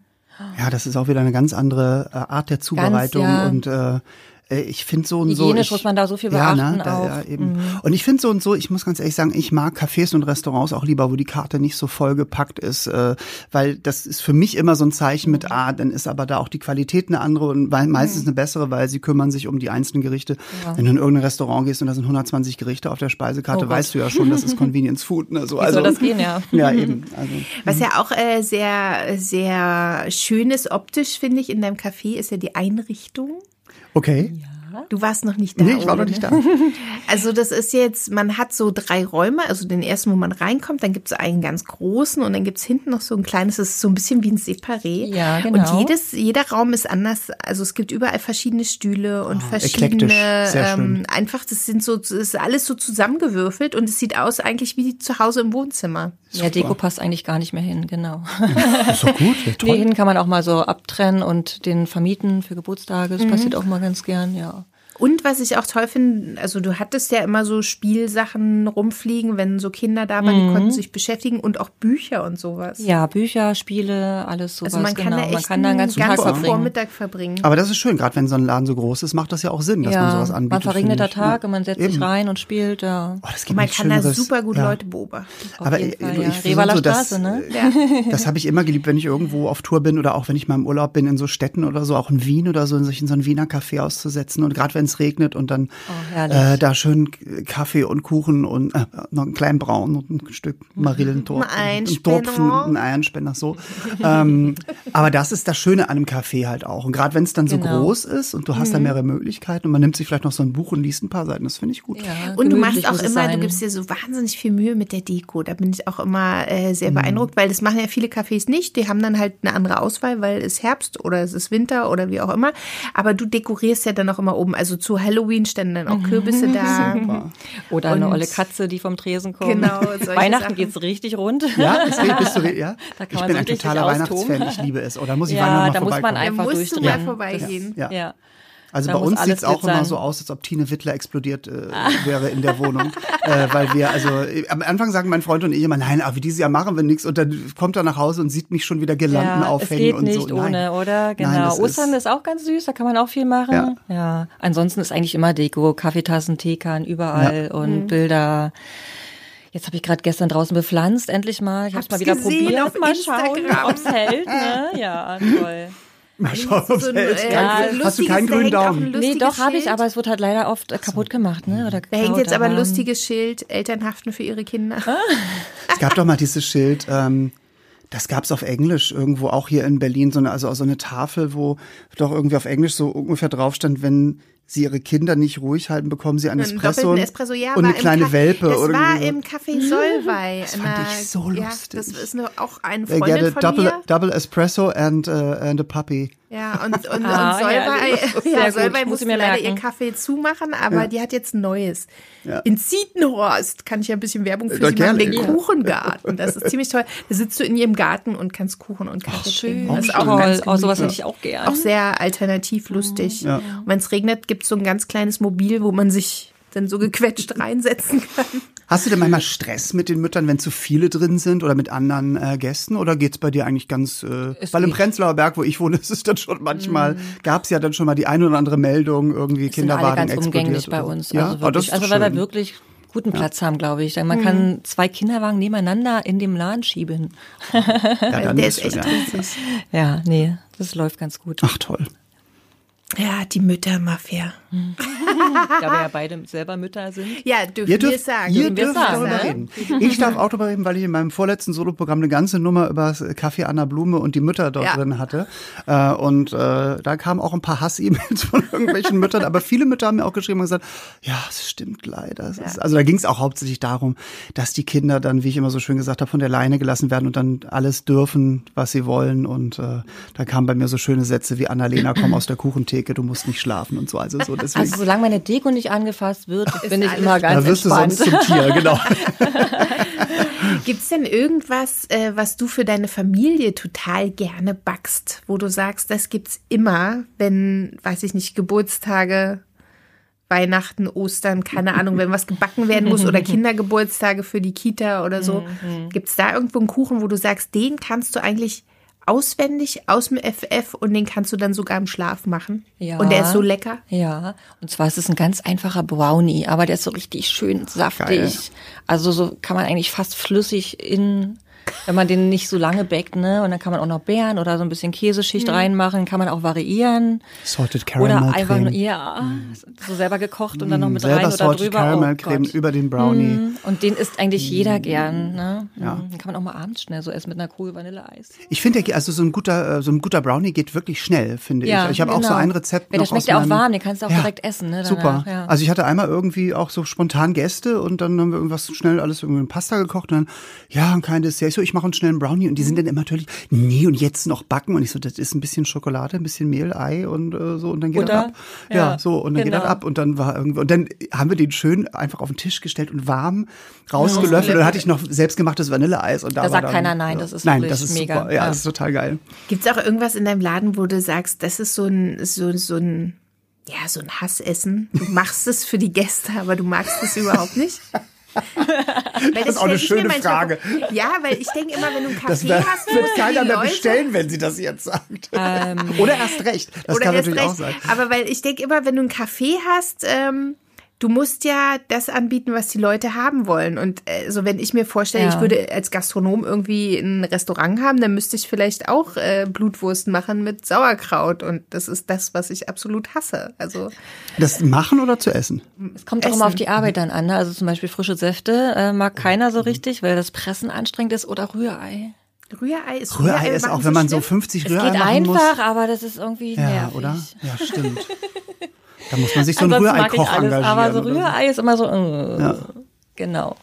Speaker 1: Ja, das ist auch wieder eine ganz andere äh, Art der Zubereitung
Speaker 3: ja.
Speaker 1: und äh, äh, ich finde so und so.
Speaker 3: Hygienisch
Speaker 1: ich,
Speaker 3: muss man da so viel
Speaker 1: Ja,
Speaker 3: beachten
Speaker 1: ne, da,
Speaker 3: auch. Mhm.
Speaker 1: ja, eben. Und ich finde so und so, ich muss ganz ehrlich sagen, ich mag Cafés und Restaurants auch lieber, wo die Karte nicht so vollgepackt ist, äh, weil das ist für mich immer so ein Zeichen
Speaker 3: Mhm.
Speaker 1: mit, ah, dann ist aber da auch die Qualität eine andere und weil, meistens eine bessere, weil sie kümmern sich um die einzelnen Gerichte. Wenn du in irgendein Restaurant gehst und da sind 120 Gerichte auf der Speisekarte,
Speaker 3: Oh Gott.
Speaker 1: weißt du ja schon, das ist Convenience Food. Ne, so.
Speaker 3: soll das gehen, ja.
Speaker 1: Ja, eben. Also.
Speaker 2: Was ja auch äh, sehr, sehr schön ist optisch, finde ich, in deinem Café ist ja die Einrichtung.
Speaker 1: Okay.
Speaker 2: Du warst noch nicht da.
Speaker 1: nee, ich war noch
Speaker 2: Ole,
Speaker 1: nicht da.
Speaker 2: ne? Also das ist jetzt, man hat so drei Räume, also den ersten, wo man reinkommt, dann gibt's einen ganz großen und dann gibt's hinten noch so ein kleines, das ist so ein bisschen wie ein Separé.
Speaker 3: Ja, genau.
Speaker 2: Und jedes, jeder Raum ist anders, also es gibt überall verschiedene Stühle und
Speaker 1: Ah,
Speaker 2: verschiedene,
Speaker 1: eklektisch, sehr schön.
Speaker 2: ähm, einfach, das sind so, das ist alles so zusammengewürfelt und es sieht aus eigentlich wie zu Hause im Wohnzimmer.
Speaker 3: Ja, Deko passt eigentlich gar nicht mehr hin, genau.
Speaker 1: Ist doch gut, ja,
Speaker 3: Nee,
Speaker 1: toll.
Speaker 3: hin kann man auch mal so abtrennen und den vermieten für Geburtstage.
Speaker 2: Mhm.
Speaker 3: Das passiert auch mal ganz gern, ja.
Speaker 2: Und was ich auch toll finde, also du hattest ja immer so Spielsachen rumfliegen, wenn so Kinder da waren, die konnten sich beschäftigen und auch Bücher und sowas.
Speaker 3: Mhm. Ja, Bücher, Spiele, alles sowas.
Speaker 2: Also man kann da
Speaker 3: genau.
Speaker 2: echt
Speaker 3: man kann da einen ganzen Tag verbringen.
Speaker 2: Vormittag verbringen.
Speaker 1: Aber das ist schön, gerade wenn so ein Laden so groß ist, macht das ja auch Sinn, dass man
Speaker 3: Ja,
Speaker 1: sowas anbietet.
Speaker 3: man
Speaker 1: finde
Speaker 3: verregneter
Speaker 1: ich.
Speaker 3: Tag
Speaker 1: Ja.
Speaker 3: und man setzt
Speaker 1: Eben.
Speaker 3: sich rein und spielt, ja.
Speaker 1: Oh, das gibt
Speaker 2: Und man
Speaker 1: nichts
Speaker 2: kann da
Speaker 1: Schöneres.
Speaker 2: super gut
Speaker 1: Ja.
Speaker 2: Leute beobachten.
Speaker 3: Auf
Speaker 1: Aber
Speaker 3: jeden Fall,
Speaker 1: äh,
Speaker 3: ja.
Speaker 1: ich finde
Speaker 3: Revaler
Speaker 1: so, das,
Speaker 3: Straße, ne?
Speaker 2: Ja.
Speaker 1: das habe ich immer geliebt, wenn ich irgendwo auf Tour bin oder auch wenn ich mal im Urlaub bin in so Städten oder so, auch in Wien oder so, in sich in so ein Wiener Café auszusetzen und gerade wenn es regnet und dann
Speaker 3: Oh, herrlich.
Speaker 1: äh, da schön Kaffee und Kuchen und äh, noch einen kleinen Braun und ein Stück Marillentorte, und
Speaker 2: Ein
Speaker 1: einen Tropfen,
Speaker 2: Spender.
Speaker 1: einen Eienspender, so. ähm, aber das ist das Schöne an einem Café halt auch und gerade wenn es dann so
Speaker 3: Genau.
Speaker 1: groß ist und du hast da mehrere Möglichkeiten und man nimmt sich vielleicht noch so ein Buch und liest ein paar Seiten, das finde ich gut.
Speaker 3: Ja,
Speaker 2: Und du machst
Speaker 3: gemütlich
Speaker 2: auch
Speaker 3: muss es
Speaker 2: immer, du
Speaker 3: sein.
Speaker 2: gibst dir so wahnsinnig viel Mühe mit der Deko. Da bin ich auch immer äh,
Speaker 1: Mhm.
Speaker 2: sehr beeindruckt, weil das machen ja viele Cafés nicht. Die haben dann halt eine andere Auswahl, weil es Herbst oder es ist Winter oder wie auch immer. Aber du dekorierst ja dann auch immer oben. Also zu Halloween standen dann
Speaker 3: Mhm.
Speaker 2: auch Kürbisse da.
Speaker 3: Oder eine
Speaker 2: Und-
Speaker 3: olle Katze, die vom Tresen kommt.
Speaker 2: Genau, solche
Speaker 3: Weihnachten
Speaker 2: Sachen.
Speaker 3: geht's richtig rund.
Speaker 1: Ja, ist, re- bist du, re- ja?
Speaker 3: Da kann
Speaker 1: ich
Speaker 3: man
Speaker 1: bin
Speaker 3: so
Speaker 1: ein
Speaker 3: richtig
Speaker 1: totaler
Speaker 3: sich
Speaker 1: Weihnachtsfan,
Speaker 3: austoben.
Speaker 1: ich liebe es. Oh, da muss ich
Speaker 3: Ja,
Speaker 1: Weihnachten mal
Speaker 3: da muss man
Speaker 1: vorbeikommen.
Speaker 2: Da
Speaker 3: Einfach
Speaker 2: musst du mal
Speaker 3: durchdrehen.
Speaker 2: vorbeigehen.
Speaker 1: Ja.
Speaker 3: Ja.
Speaker 1: Also
Speaker 3: Da
Speaker 1: bei
Speaker 3: muss
Speaker 1: uns
Speaker 3: alles
Speaker 1: sieht es auch
Speaker 3: drin
Speaker 1: immer
Speaker 3: sein. Ah.
Speaker 1: so aus, als ob Tine Wittler explodiert äh, wäre in der Wohnung. äh, weil wir, also äh, am Anfang sagen mein Freund und ich immer, nein, aber dieses Jahr machen wir nichts. Und dann kommt er nach Hause und sieht mich schon wieder Girlanden
Speaker 3: ja,
Speaker 1: aufhängen
Speaker 3: es geht
Speaker 1: und
Speaker 3: nicht
Speaker 1: so.
Speaker 3: ohne,
Speaker 1: nein.
Speaker 3: oder? Genau.
Speaker 1: Nein, das
Speaker 3: Ostern ist,
Speaker 1: ist,
Speaker 3: auch ganz süß, da kann man auch viel machen. Ja. Ansonsten ist eigentlich immer Deko, Kaffeetassen, Teekannen überall
Speaker 2: Mhm.
Speaker 3: und Bilder. Jetzt habe ich gerade gestern draußen bepflanzt, endlich mal. Ich habe es
Speaker 2: Hab's
Speaker 3: mal wieder
Speaker 2: gesehen
Speaker 3: probiert.
Speaker 2: auf
Speaker 3: mal
Speaker 2: Instagram.
Speaker 3: schauen, ob's hält. Ne? Ja, toll.
Speaker 1: mal schauen, ob's
Speaker 2: So ein,
Speaker 1: hält.
Speaker 2: äh,
Speaker 1: Kein-
Speaker 2: lustiges,
Speaker 1: Hast du keinen
Speaker 2: da
Speaker 1: grünen
Speaker 2: hängt auch ein
Speaker 1: Daumen?
Speaker 3: Nee,
Speaker 2: lustiges
Speaker 3: doch habe ich,
Speaker 2: Schild.
Speaker 3: aber es wurde halt leider oft äh, kaputt gemacht. Ne? Oder
Speaker 2: Da hängt
Speaker 3: geklaut,
Speaker 2: jetzt aber ein
Speaker 3: aber-
Speaker 2: lustiges Schild, Eltern haften für ihre Kinder.
Speaker 1: Es gab doch mal dieses Schild, ähm, das gab's auf Englisch irgendwo auch hier in Berlin, so eine, also so eine Tafel, wo doch irgendwie auf Englisch so ungefähr drauf stand, wenn sie ihre Kinder nicht ruhig halten, bekommen sie einen
Speaker 2: Einen
Speaker 1: Espresso,
Speaker 2: doppelten Espresso, ja,
Speaker 1: und eine
Speaker 2: war im
Speaker 1: kleine
Speaker 2: Ka-
Speaker 1: Welpe.
Speaker 2: Das
Speaker 1: oder
Speaker 2: war
Speaker 1: irgendwie so.
Speaker 2: im Café Solvay. Das
Speaker 1: fand ich so lustig.
Speaker 2: Ja, das ist nur auch eine
Speaker 1: They get a
Speaker 2: Freundin von
Speaker 1: Äh, double,
Speaker 2: mir.
Speaker 1: double espresso and, uh, and a puppy.
Speaker 2: Ja, und, und,
Speaker 3: Ah,
Speaker 2: und Solvay,
Speaker 3: herrlich. Sehr
Speaker 2: ja,
Speaker 3: gut,
Speaker 2: Solvay
Speaker 3: muss
Speaker 2: musste
Speaker 3: ich mir
Speaker 2: leider
Speaker 3: merken.
Speaker 2: ihr Kaffee zumachen, aber die hat jetzt ein neues. In Zietenhorst kann ich ja ein bisschen Werbung für
Speaker 1: Ja,
Speaker 2: sie machen,
Speaker 1: gerne.
Speaker 2: den
Speaker 1: Ja.
Speaker 2: Kuchengarten. Das ist ziemlich toll. Da sitzt du in ihrem Garten und kannst Kuchen und Kaffee
Speaker 3: Schön,
Speaker 2: trinken. Das ist auch
Speaker 3: toll.
Speaker 2: ganz
Speaker 3: Oh, sowas
Speaker 2: gemütlich.
Speaker 3: hätte ich auch gern.
Speaker 2: Auch sehr alternativ lustig. Und wenn es regnet, gibt es so ein ganz kleines Mobil, wo man sich dann so gequetscht reinsetzen kann.
Speaker 1: Hast du denn manchmal Stress mit den Müttern, wenn zu viele drin sind oder mit anderen äh, Gästen? Oder geht's bei dir eigentlich ganz, äh,
Speaker 3: Es
Speaker 1: weil im
Speaker 3: geht. Mm.
Speaker 1: Prenzlauer Berg, wo ich wohne, ist es dann schon manchmal, gab's ja dann schon mal die eine oder andere Meldung, irgendwie
Speaker 3: sind alle
Speaker 1: Kinderwagen
Speaker 3: ganz
Speaker 1: explodiert.
Speaker 3: umgänglich
Speaker 1: oder
Speaker 3: bei
Speaker 1: so.
Speaker 3: uns.
Speaker 1: Ja? oh,
Speaker 3: Also,
Speaker 1: das
Speaker 3: wirklich,
Speaker 1: ist
Speaker 3: also
Speaker 1: doch
Speaker 3: weil wir
Speaker 1: schön.
Speaker 3: wirklich guten Platz haben, glaube ich. Denn Man kann zwei Kinderwagen nebeneinander in dem Laden schieben.
Speaker 1: ja, dann
Speaker 2: Äh, Der
Speaker 1: bist
Speaker 2: ist echt
Speaker 1: du, ja.
Speaker 2: riesig.
Speaker 3: Ja, nee, das läuft ganz gut.
Speaker 1: Ach toll.
Speaker 2: Ja, die Müttermafia.
Speaker 3: Da wir ja beide selber Mütter sind.
Speaker 2: Ja, dürfen
Speaker 1: Ihr
Speaker 2: wir
Speaker 1: dürft,
Speaker 2: sagen.
Speaker 1: ihr
Speaker 2: Dürfen wir
Speaker 1: dürft
Speaker 2: sagen,
Speaker 1: darüber
Speaker 2: ne?
Speaker 1: reden. Ich darf auch darüber reden, weil ich in meinem vorletzten Soloprogramm eine ganze Nummer über das äh, Kaffee Anna Blume und die Mütter dort
Speaker 2: Ja.
Speaker 1: drin hatte. Äh, Und äh, da kamen auch ein paar Hass-E-Mails von irgendwelchen Müttern, aber viele Mütter haben mir auch geschrieben und gesagt, ja, es stimmt leider. Es ist, also da ging es auch hauptsächlich darum, dass die Kinder dann, wie ich immer so schön gesagt habe, von der Leine gelassen werden und dann alles dürfen, was sie wollen. Und äh, da kamen bei mir so schöne Sätze wie Annalena, komm aus der Kuchentheke, du musst nicht schlafen und so. Also so deswegen.
Speaker 3: Also solange meine Deko nicht angefasst wird, bin ich
Speaker 2: alles
Speaker 3: immer ganz
Speaker 1: da wirst du
Speaker 3: entspannt.
Speaker 1: sonst zum Tier, genau.
Speaker 2: Gibt's denn irgendwas, äh, was du für deine Familie total gerne backst, wo du sagst, das gibt's immer, wenn, weiß ich nicht, Geburtstage, Weihnachten, Ostern, keine Ahnung, wenn was gebacken werden muss oder Mhm. Kindergeburtstage für die Kita oder so. Gibt's da irgendwo einen Kuchen, wo du sagst, den kannst du eigentlich auswendig aus dem FF und den kannst du dann sogar im Schlaf machen.
Speaker 3: Ja.
Speaker 2: Und der ist so lecker.
Speaker 3: Ja, und zwar ist es ein ganz einfacher Brownie, aber der ist so richtig schön saftig.
Speaker 1: Geil.
Speaker 3: Also so kann man eigentlich fast flüssig in, wenn man den nicht so lange backt, ne? Und dann kann man auch noch Beeren oder so ein bisschen Käseschicht
Speaker 2: Hm.
Speaker 3: reinmachen, kann man auch variieren.
Speaker 1: Salted Caramel
Speaker 3: Oder einfach
Speaker 1: Creme. Hm,
Speaker 3: nur, ja, so selber gekocht und dann noch mit
Speaker 1: Selber
Speaker 3: rein oder
Speaker 1: Salted
Speaker 3: drüber. Oh
Speaker 1: Caramel Creme
Speaker 3: Gott. Mhm.
Speaker 1: über Hm. den Brownie.
Speaker 3: Und den isst eigentlich jeder gern, ne? Ja. Den kann man auch mal abends schnell so essen mit einer Kugel Vanilleeis.
Speaker 1: Ich finde, der geht- also so ein guter, äh, so ein guter Brownie geht wirklich schnell, finde ich. Ich habe auch so
Speaker 3: genau.
Speaker 1: ein Rezept.
Speaker 3: Ja,
Speaker 1: noch
Speaker 3: der schmeckt
Speaker 1: aus
Speaker 3: ja auch
Speaker 1: meinem-
Speaker 3: warm, den kannst du auch
Speaker 1: Ja.
Speaker 3: direkt essen, ne?
Speaker 1: Super.
Speaker 3: Danach, ja.
Speaker 1: Also ich hatte einmal irgendwie auch so spontan Gäste und dann haben wir irgendwas schnell alles irgendwie in Pasta gekocht und dann, ja, und kein Dessert. Ich so, ich mache uns schnell einen Brownie und die
Speaker 3: Mhm.
Speaker 1: sind dann immer natürlich, nee, und jetzt noch backen. Und ich so, das ist ein bisschen Schokolade, ein bisschen Mehl, Ei und äh, so und dann geht das
Speaker 3: Butter.
Speaker 1: ab. Ja,
Speaker 3: Ja,
Speaker 1: so, und dann geht
Speaker 3: genau.
Speaker 1: das ab. Und dann war irgendwie, und dann haben wir den schön einfach auf den Tisch gestellt und warm rausgelöffelt. Und dann hatte ich noch selbstgemachtes Vanilleeis und da,
Speaker 3: Da
Speaker 1: war
Speaker 3: sagt
Speaker 1: dann,
Speaker 3: keiner nein, das ist
Speaker 1: Nein,
Speaker 3: wirklich
Speaker 1: das ist
Speaker 3: mega.
Speaker 1: super. Ja,
Speaker 3: Ja.
Speaker 1: das ist total geil.
Speaker 2: Gibt es auch irgendwas in deinem Laden, wo du sagst, das ist so ein, so, so ein, ja, so ein Hassessen? Du machst es für die Gäste, aber du magst es überhaupt nicht? Weil
Speaker 1: ist
Speaker 2: das,
Speaker 1: auch eine
Speaker 2: stell ich
Speaker 1: schöne
Speaker 2: mir manchmal
Speaker 1: Frage.
Speaker 2: vor. Ja, weil ich denke immer, wenn du einen
Speaker 1: Das
Speaker 2: Kaffee
Speaker 1: wär-
Speaker 2: hast,
Speaker 1: wird
Speaker 2: musst du
Speaker 1: keiner
Speaker 2: die
Speaker 1: mehr
Speaker 2: Leute,
Speaker 1: bestellen, wenn sie das jetzt sagt.
Speaker 3: Ähm,
Speaker 1: Oder erst recht. Das
Speaker 2: oder
Speaker 1: kann
Speaker 2: erst
Speaker 1: natürlich
Speaker 2: recht,
Speaker 1: auch sein.
Speaker 2: Aber weil ich denke immer, wenn du einen Kaffee hast, ähm, du musst ja das anbieten, was die Leute haben wollen. Und äh, so, wenn ich mir vorstelle,
Speaker 3: Ja.
Speaker 2: ich würde als Gastronom irgendwie ein Restaurant haben, dann müsste ich vielleicht auch äh, Blutwurst machen mit Sauerkraut. Und das ist das, was ich absolut hasse. Also
Speaker 1: Das machen oder zu essen?
Speaker 3: Es kommt auch immer auf die Arbeit dann an. Ne? Also zum Beispiel frische Säfte äh, mag keiner so richtig, weil das Pressen anstrengend ist oder Rührei.
Speaker 2: Rührei ist
Speaker 1: Rührei ist
Speaker 2: äh, machen
Speaker 1: auch, wenn man so
Speaker 2: schlimm?
Speaker 1: 50
Speaker 3: Es
Speaker 1: Rührei
Speaker 3: geht
Speaker 1: machen muss.
Speaker 3: einfach, aber das ist irgendwie
Speaker 1: Ja,
Speaker 3: nervig.
Speaker 1: oder? Ja, stimmt. Da muss man sich so einen
Speaker 3: Ansonsten mag ich
Speaker 1: Rührei-Koch
Speaker 3: alles,
Speaker 1: engagieren.
Speaker 3: aber so
Speaker 1: oder so.
Speaker 3: Rührei ist immer so. Äh, Genau.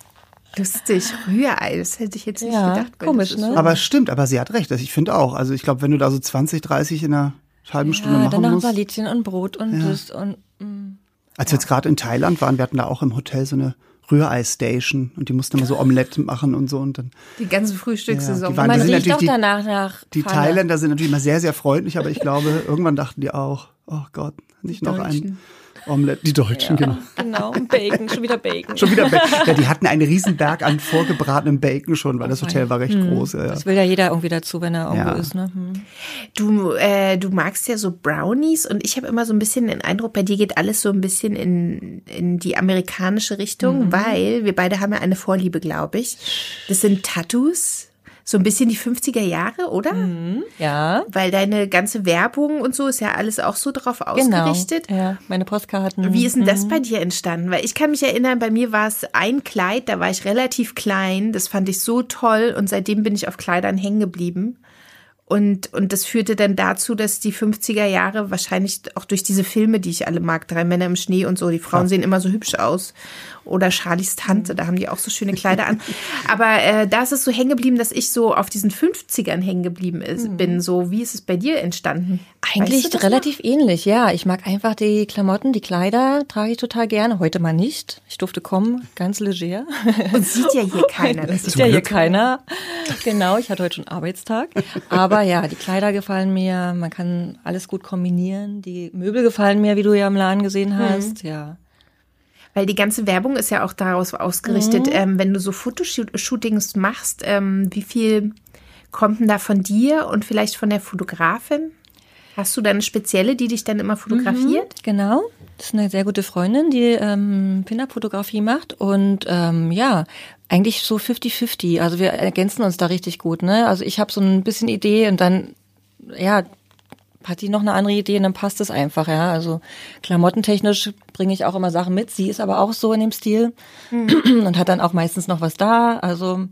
Speaker 2: Lustig, Rührei, das hätte ich jetzt nicht
Speaker 3: Ja,
Speaker 2: gedacht. weil
Speaker 3: komisch,
Speaker 2: das ist
Speaker 3: ne?
Speaker 1: Aber stimmt, aber sie hat recht. Also Ich finde auch. Also ich glaube, wenn du da so 20, 30 in einer halben Stunde
Speaker 3: Ja, dann
Speaker 1: machen
Speaker 3: noch ein
Speaker 1: musst.
Speaker 3: paar Liedchen und Brot und das und
Speaker 1: Als wir jetzt gerade in Thailand waren, wir hatten da auch im Hotel so eine Rührei-Station und die mussten immer so Omelette machen und so und dann.
Speaker 2: Die ganze Frühstückssaison.
Speaker 1: Ja, die waren-
Speaker 3: man
Speaker 1: sind
Speaker 3: riecht
Speaker 1: natürlich
Speaker 3: doch
Speaker 1: die-
Speaker 3: danach nach
Speaker 1: Die
Speaker 3: Pfanne.
Speaker 1: Thailänder sind natürlich immer sehr, sehr freundlich, aber ich glaube, irgendwann dachten die auch, oh Gott, nicht noch ein
Speaker 2: Deutschen.
Speaker 1: Omelette. Die Deutschen, genau.
Speaker 3: Genau, und Bacon, schon wieder Bacon.
Speaker 1: Schon wieder Bacon. Ja, die hatten einen riesen Berg an vorgebratenem Bacon schon, weil das Hotel war recht groß. Ja, ja.
Speaker 3: Oh Das will ja jeder irgendwie dazu, wenn er irgendwo
Speaker 1: Ja.
Speaker 3: ist, ne? Hm.
Speaker 2: Du, äh, du magst ja so Brownies und ich habe immer so ein bisschen den Eindruck, bei dir geht alles so ein bisschen in, in die amerikanische Richtung, weil wir beide haben ja eine Vorliebe, glaube ich. Das sind Tattoos, so ein bisschen die 50er Jahre, oder?
Speaker 3: Ja.
Speaker 2: Weil deine ganze Werbung und so ist ja alles auch so drauf
Speaker 3: Genau.
Speaker 2: ausgerichtet.
Speaker 3: Ja, meine Postkarten.
Speaker 2: Wie ist denn das bei dir entstanden? Weil ich kann mich erinnern, bei mir war es ein Kleid, da war ich relativ klein, das fand ich so toll und seitdem bin ich auf Kleidern hängen geblieben. Und, und das führte dann dazu, dass die 50er Jahre wahrscheinlich auch durch diese Filme, die ich alle mag, drei Männer im Schnee und so, die Frauen sehen immer so hübsch aus. Oder Charlies Tante, da haben die auch so schöne Kleider an. Aber äh, da ist es so hängen geblieben, dass ich so auf diesen 50ern hängen geblieben ist, bin. So, wie ist es bei dir entstanden?
Speaker 3: Eigentlich
Speaker 2: Weißt du das
Speaker 3: relativ ähnlich, ja. Ich mag einfach die Klamotten, die Kleider trage ich total gerne. Heute mal nicht. Ich durfte kommen, ganz leger.
Speaker 2: noch? Und sieht ja hier keiner. Das
Speaker 3: Sieht ja hier keiner. Genau, ich hatte heute schon Arbeitstag. Aber ja, die Kleider gefallen mir, man kann alles gut kombinieren. Die Möbel gefallen mir, wie du ja im Laden
Speaker 2: Mhm.
Speaker 3: gesehen hast. Ja.
Speaker 2: Weil die ganze Werbung ist ja auch daraus ausgerichtet, ähm, wenn du so Fotoshootings machst, ähm, wie viel kommt denn da von dir und vielleicht von der Fotografin? Hast du dann spezielle, die dich dann immer fotografiert?
Speaker 3: Genau. Das ist eine sehr gute Freundin, die ähm, Pin-Up-Fotografie macht. Und ähm, ja, eigentlich so 50-50. Also wir ergänzen uns da richtig gut. Ne? Also ich habe so ein bisschen Idee und dann, ja, hat die noch eine andere Idee und dann passt es einfach. Ja, Also klamottentechnisch bringe ich auch immer Sachen mit. Sie ist aber auch so in dem Stil
Speaker 2: Mhm.
Speaker 3: und hat dann auch meistens noch was da. Also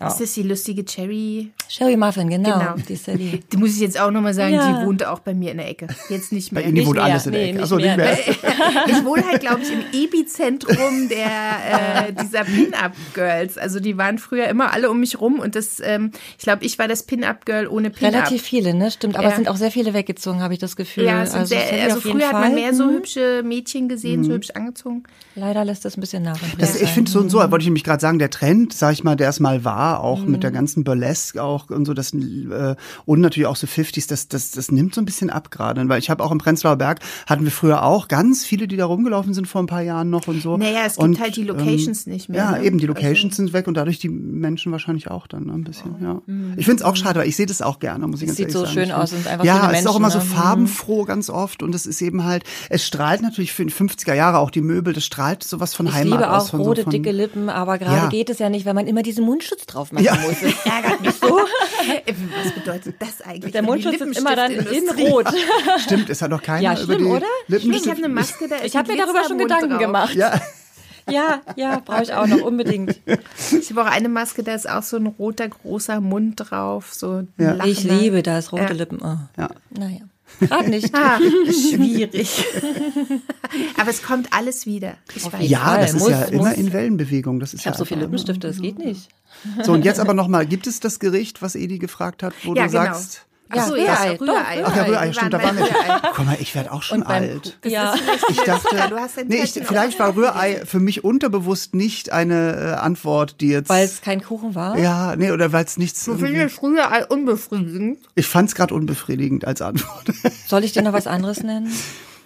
Speaker 1: Ah.
Speaker 2: Ist das die lustige Cherry?
Speaker 3: Sherry Muffin, genau.
Speaker 2: Genau.
Speaker 3: Die ist ja die.
Speaker 2: Die muss ich jetzt auch nochmal sagen,
Speaker 3: Ja.
Speaker 2: die wohnte auch bei mir in der Ecke. Jetzt nicht
Speaker 1: Bei
Speaker 2: mehr.
Speaker 1: Ihnen
Speaker 3: Nicht
Speaker 1: wohnt
Speaker 3: mehr,
Speaker 1: alles in der
Speaker 3: nee,
Speaker 1: Ecke.
Speaker 3: nicht
Speaker 1: Achso, nicht
Speaker 3: mehr.
Speaker 1: mehr.
Speaker 2: ich wohne halt, glaube ich, im Epizentrum der, äh, dieser Pin-Up-Girls. Also die waren früher immer alle um mich rum und das, ähm, ich glaube, ich war das Pin-Up-Girl ohne Pin-Up.
Speaker 3: Relativ viele, ne? Stimmt. Aber
Speaker 2: Ja.
Speaker 3: es sind auch sehr viele weggezogen, habe ich das Gefühl.
Speaker 2: Ja, es sind
Speaker 3: das hätte ich
Speaker 2: sehr, also
Speaker 3: auf jeden
Speaker 2: früher hat man
Speaker 3: Fall. Mhm.
Speaker 2: mehr so hübsche Mädchen gesehen, so hübsch angezogen.
Speaker 3: Leider lässt das ein bisschen nach. im
Speaker 1: Das,
Speaker 3: Blick
Speaker 1: ich finde so und so, wollte ich nämlich gerade sagen, der Trend, sag ich mal, der es mal war, auch mit der ganzen Burlesque auch und so das äh, und natürlich auch so 50s, das, das, das nimmt so ein bisschen ab gerade. Weil ich habe auch im Prenzlauer Berg hatten wir früher auch ganz viele, die da rumgelaufen sind vor ein paar Jahren noch und so.
Speaker 2: Naja, es gibt
Speaker 1: und, ähm,
Speaker 2: halt die Locations nicht mehr.
Speaker 1: Ja,
Speaker 2: ne?
Speaker 1: eben, die Locations
Speaker 2: Also-
Speaker 1: sind weg und dadurch die Menschen wahrscheinlich auch dann ne, ein bisschen, ja. Ich finde es auch schade, weil ich sehe das auch gerne, muss ich ganz
Speaker 3: sieht
Speaker 1: ehrlich
Speaker 3: so
Speaker 1: sagen.
Speaker 3: schön
Speaker 1: Ich
Speaker 3: aus,
Speaker 1: find-
Speaker 3: es sind einfach
Speaker 1: Ja,
Speaker 3: schöne
Speaker 1: es ist auch
Speaker 3: Menschen,
Speaker 1: immer so
Speaker 3: ne? Mhm.
Speaker 1: farbenfroh ganz oft und es ist eben halt, es strahlt natürlich für die 50er Jahre auch die Möbel, das strahlt sowas von
Speaker 3: Ich
Speaker 1: Heimat
Speaker 3: liebe
Speaker 1: aus.
Speaker 3: auch
Speaker 1: von, so
Speaker 3: rote,
Speaker 1: von,
Speaker 3: dicke Lippen, aber gerade
Speaker 1: Ja.
Speaker 3: geht es ja nicht, weil man immer diesen Mundschutz drauf machen
Speaker 1: Ja.
Speaker 3: muss. Also Das ärgert mich so.
Speaker 2: Äh, Was bedeutet das eigentlich? für
Speaker 3: Der
Speaker 2: die
Speaker 3: Mundschutz ist immer dann in
Speaker 2: Lippenstiftindustrie?
Speaker 3: Rot.
Speaker 1: Stimmt, es hat noch keiner
Speaker 3: Ja,
Speaker 1: über
Speaker 3: schlimm,
Speaker 1: die
Speaker 3: oder?
Speaker 1: Lippenstift-
Speaker 2: Ich habe eine Maske, da ist
Speaker 3: Ich habe
Speaker 2: ein
Speaker 3: mir darüber schon
Speaker 2: Glitzermond
Speaker 3: Gedanken
Speaker 2: drauf.
Speaker 3: gemacht.
Speaker 1: Ja,
Speaker 3: Ja, ja, brauche ich auch noch unbedingt.
Speaker 2: Ich habe auch eine Maske, da ist auch so ein roter, großer Mund drauf. So ein
Speaker 1: Ja.
Speaker 3: Ich
Speaker 2: lachender-
Speaker 3: liebe das, rote
Speaker 2: Ja.
Speaker 3: Lippen. Oh.
Speaker 1: ja.
Speaker 3: Naja, gerade nicht.
Speaker 2: Ah, schwierig. Aber es kommt alles wieder. Ich weiß.
Speaker 1: ja
Speaker 3: Egal,
Speaker 1: das ist
Speaker 3: muss-
Speaker 1: ja immer
Speaker 3: muss.
Speaker 1: in Wellenbewegung. Das ist
Speaker 3: Ich habe
Speaker 1: ja
Speaker 3: so viele
Speaker 1: einfach, ne?
Speaker 3: Lippenstifte, das geht nicht.
Speaker 1: So, und jetzt aber nochmal, gibt es das Gericht, was Edi gefragt hat, wo
Speaker 2: Ja,
Speaker 1: du
Speaker 2: genau.
Speaker 1: sagst,
Speaker 2: Ach so,
Speaker 3: Ja,
Speaker 2: ja, Rührei.
Speaker 3: Rührei, doch,
Speaker 1: ach ja,
Speaker 3: Rührei,
Speaker 1: Rührei,
Speaker 2: Wir
Speaker 1: stimmt, da waren
Speaker 2: waren bei Rührei.
Speaker 1: wir. Guck mal, ich werde auch schon alt.
Speaker 3: ja.
Speaker 1: Ich dachte,
Speaker 2: du hast den
Speaker 1: nee, ich,
Speaker 2: falschen
Speaker 1: vielleicht war Rührei für mich unterbewusst nicht eine äh, Antwort, die jetzt.
Speaker 3: Weil es kein Kuchen war.
Speaker 1: ja, nee, oder weil es nichts. irgendwie-
Speaker 2: findest Rührei unbefriedigend?
Speaker 1: Ich fand es gerade unbefriedigend als Antwort.
Speaker 3: Soll ich dir noch was anderes nennen?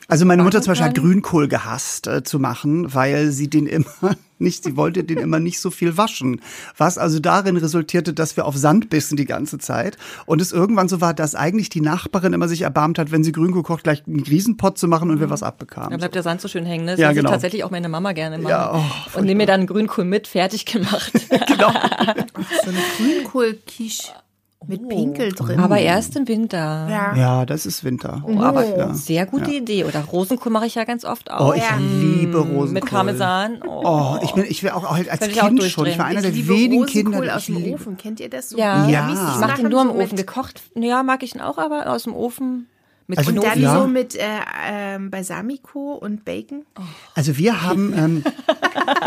Speaker 1: Also meine Mutter zum Beispiel hat Grünkohl gehasst äh, zu machen, weil sie den immer nicht, sie wollte den immer nicht so viel waschen. Was also darin resultierte, dass wir auf Sand bissen die ganze Zeit. Und es irgendwann so war, dass eigentlich die Nachbarin immer sich erbarmt hat, wenn sie Grünkohl kocht, gleich einen Riesenpott zu machen und wir was
Speaker 3: Dann
Speaker 1: abbekamen.
Speaker 3: Mhm. bleibt der Sand so schön hängen. Ne? Das
Speaker 1: Ja,
Speaker 3: ja, genau.
Speaker 1: genau.
Speaker 3: tatsächlich auch meine Mama gerne machen.
Speaker 1: Ja, oh,
Speaker 3: und nehme mir dann Grünkohl mit, fertig gemacht.
Speaker 1: Genau.
Speaker 2: So eine Grünkohlquiche mit Pinkel drin.
Speaker 3: Oh. Aber erst im Winter.
Speaker 2: ja.
Speaker 1: Mm. Ja, das ist Winter.
Speaker 3: Oh, aber
Speaker 1: ja.
Speaker 3: sehr gute Idee. Oder Rosenkohl mache ich ja ganz oft auch.
Speaker 1: Oh, ich liebe Rosenkohl.
Speaker 3: Mit Parmesan. Oh.
Speaker 1: Oh, ich bin, ich wäre auch, auch als
Speaker 3: Könnte ich auch
Speaker 1: Kind schon. Ich
Speaker 3: durchdrehen.
Speaker 1: war einer
Speaker 2: Ich
Speaker 1: der
Speaker 2: liebe
Speaker 1: wenigen
Speaker 2: Rosenkohl
Speaker 1: Kinder, die
Speaker 2: aus
Speaker 1: ich
Speaker 2: dem
Speaker 1: liebe.
Speaker 2: Ofen. Kennt ihr das so?
Speaker 3: Ja.
Speaker 1: Ja.
Speaker 2: Mäßig
Speaker 1: Ich
Speaker 3: Ich mache den
Speaker 2: machen,
Speaker 3: nur im
Speaker 2: so
Speaker 3: Ofen
Speaker 2: mit-
Speaker 3: gekocht. Ja, mag ich ihn auch, aber aus dem Ofen. Mit
Speaker 1: Also-
Speaker 2: Und dann
Speaker 1: Ja.
Speaker 2: so mit äh, ähm, Balsamico und Bacon.
Speaker 3: Oh,
Speaker 1: Also wir haben, ähm,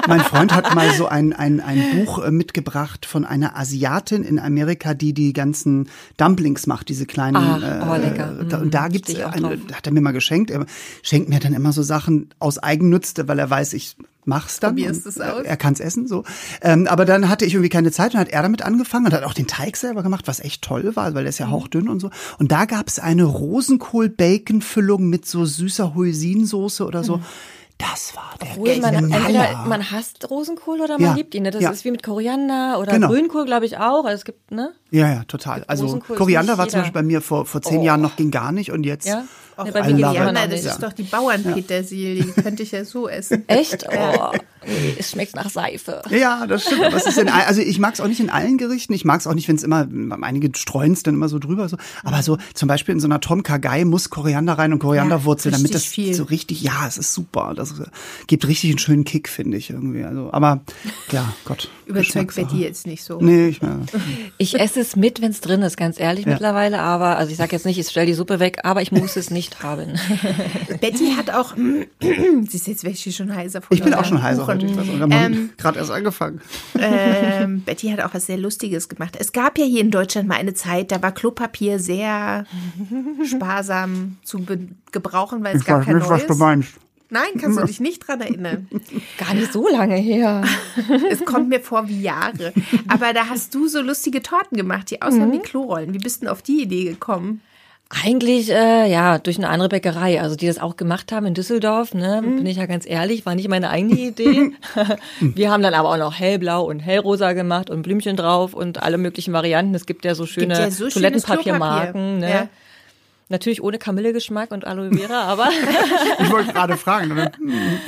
Speaker 1: mein Freund hat mal so ein, ein, ein Buch äh, mitgebracht von einer Asiatin in Amerika, die die ganzen Dumplings macht, diese kleinen. äh,
Speaker 3: Ach, oh, lecker.
Speaker 1: Da, und da
Speaker 3: Mm,
Speaker 1: gibt's
Speaker 3: stehe ich auch
Speaker 1: eine,
Speaker 3: drauf.
Speaker 1: hat er mir mal geschenkt. Er schenkt mir dann immer so Sachen aus Eigennutz, weil er weiß, ich mach's dann.
Speaker 2: Probierst
Speaker 1: und,
Speaker 2: es aus.
Speaker 1: äh, Er kann's essen, so. Ähm, aber dann hatte ich irgendwie keine Zeit und hat er damit angefangen und hat auch den Teig selber gemacht, was echt toll war, weil der ist
Speaker 3: Mhm.
Speaker 1: ja hauchdünn und so. Und da gab's eine Rosenkohl-Bacon-Füllung mit so süßer Hoisinsoße oder so. Das war der
Speaker 3: Mhm. Obwohl man, entweder
Speaker 1: Knaller.
Speaker 3: man hasst Rosenkohl oder man
Speaker 1: Ja.
Speaker 3: liebt ihn. Ne? Das
Speaker 1: Ja.
Speaker 3: ist wie mit Koriander oder
Speaker 1: Genau.
Speaker 3: Grünkohl, glaube ich, auch. Also es gibt, ne?
Speaker 1: Ja, ja, total. Also
Speaker 3: Rosenkohl ist
Speaker 1: Koriander
Speaker 3: nicht
Speaker 1: war zum
Speaker 3: jeder.
Speaker 1: Beispiel bei mir vor, vor zehn
Speaker 3: Oh.
Speaker 1: Jahren noch ging gar nicht und jetzt.
Speaker 3: Ja? Ne,
Speaker 1: I
Speaker 3: bei mir
Speaker 1: love
Speaker 3: geht's
Speaker 1: it.
Speaker 3: immer noch
Speaker 2: Veganer, das
Speaker 3: nicht.
Speaker 2: ist doch die Bauernpetersilie. Die könnte ich ja so essen.
Speaker 3: Echt? Oh, nee, es schmeckt nach Seife.
Speaker 1: Ja, das stimmt. Aber es ist in, all- also ich mag es auch nicht in allen Gerichten. Ich mag es auch nicht, wenn es immer, einige streuen es dann immer so drüber. So. Aber so zum Beispiel in so einer Tom Kagai muss Koriander rein und Korianderwurzel,
Speaker 2: Ja,
Speaker 1: damit das
Speaker 2: richtig viel.
Speaker 1: so richtig, ja, es ist super. Das gibt richtig einen schönen Kick, finde ich irgendwie. Also, aber ja, Gott.
Speaker 2: Überzeugt wäre
Speaker 1: Geschmackssache.
Speaker 2: die jetzt nicht so.
Speaker 1: Nee, ich äh, meine.
Speaker 3: Ich esse es mit, wenn es drin ist, ganz ehrlich mittlerweile. Aber, also ich sage jetzt nicht, ich stell die Suppe weg, aber ich muss es nicht haben.
Speaker 2: Betty hat auch, sie ist jetzt wirklich schon heiser von
Speaker 1: Ich bin
Speaker 2: lauter
Speaker 1: auch schon heiser
Speaker 2: Kuchen.
Speaker 1: heute. Ich weiß auch, wir haben gerade erst angefangen.
Speaker 2: ähm, Betty hat auch was sehr Lustiges gemacht. Es gab ja hier in Deutschland mal eine Zeit, da war Klopapier sehr sparsam zu be- gebrauchen, weil es
Speaker 1: Ich
Speaker 2: gar
Speaker 1: weiß
Speaker 2: kein
Speaker 1: nicht, was
Speaker 2: neues.
Speaker 1: du meinst.
Speaker 2: Nein, kannst du dich nicht dran erinnern.
Speaker 3: Gar nicht so lange her.
Speaker 2: Es kommt mir vor wie Jahre. Aber da hast du so lustige Torten gemacht, die
Speaker 3: Mhm.
Speaker 2: aussehen wie Klorollen. Wie bist du denn auf die Idee gekommen?
Speaker 3: Eigentlich, äh, ja, durch eine andere Bäckerei, also die das auch gemacht haben in Düsseldorf, ne,
Speaker 2: Mhm.
Speaker 3: bin ich ja ganz ehrlich, war nicht meine eigene Idee. Wir haben dann aber auch noch hellblau und hellrosa gemacht und Blümchen drauf und alle möglichen Varianten. Es gibt ja so schöne
Speaker 2: Gibt ja so schönes
Speaker 3: Toilettenpapiermarken, ne.
Speaker 2: Klopapier. Ja.
Speaker 3: Natürlich ohne Kamillegeschmack und Aloe Vera, aber
Speaker 1: Ich wollte gerade fragen. ne? oder?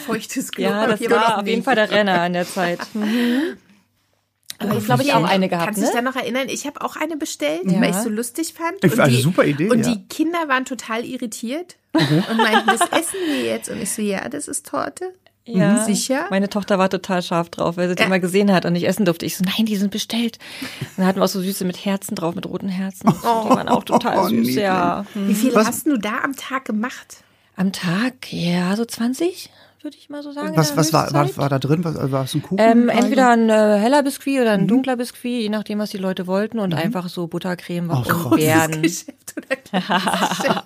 Speaker 2: Feuchtes
Speaker 3: ja, das
Speaker 2: Klopapier
Speaker 3: war
Speaker 2: noch
Speaker 3: auf jeden
Speaker 2: nicht.
Speaker 3: Fall der Renner in der Zeit. Aber ich glaube, ich auch eine gehabt,
Speaker 2: Kannst du
Speaker 3: ne?
Speaker 2: dich da noch erinnern? Ich habe auch eine bestellt, weil ich so lustig fand.
Speaker 1: Ich- also super Idee,
Speaker 2: Und
Speaker 1: ja. Mhm.
Speaker 2: die Kinder waren total irritiert und meinten, das essen wir jetzt. Und ich so, ja, das ist Torte. Mhm, Sicher?
Speaker 3: Meine Tochter war total scharf drauf, weil sie die
Speaker 1: Äh.
Speaker 3: mal gesehen hat und ich essen durfte. Ich so, nein, die sind bestellt. Und dann hatten wir auch so süße mit Herzen drauf, mit roten Herzen. die waren auch total
Speaker 1: Oh,
Speaker 3: süß,
Speaker 1: niedlich.
Speaker 3: ja.
Speaker 2: Wie viel
Speaker 1: Was-
Speaker 2: hast du da am Tag gemacht?
Speaker 3: Am Tag, ja, so 20, würde ich mal so sagen. in
Speaker 1: Was,
Speaker 3: der
Speaker 1: was war, war, Mhm.
Speaker 3: Höchstzeit.
Speaker 1: war da drin? Was, also war es ein Kuchen?
Speaker 3: Ähm, entweder ein äh, heller Biskuit oder ein
Speaker 1: Mhm.
Speaker 3: dunkler Biskuit, je nachdem, was die Leute wollten. Und einfach so Buttercreme
Speaker 1: Oh
Speaker 3: und
Speaker 1: Gott.
Speaker 3: Beeren.
Speaker 2: Geschäft oder Geschäft?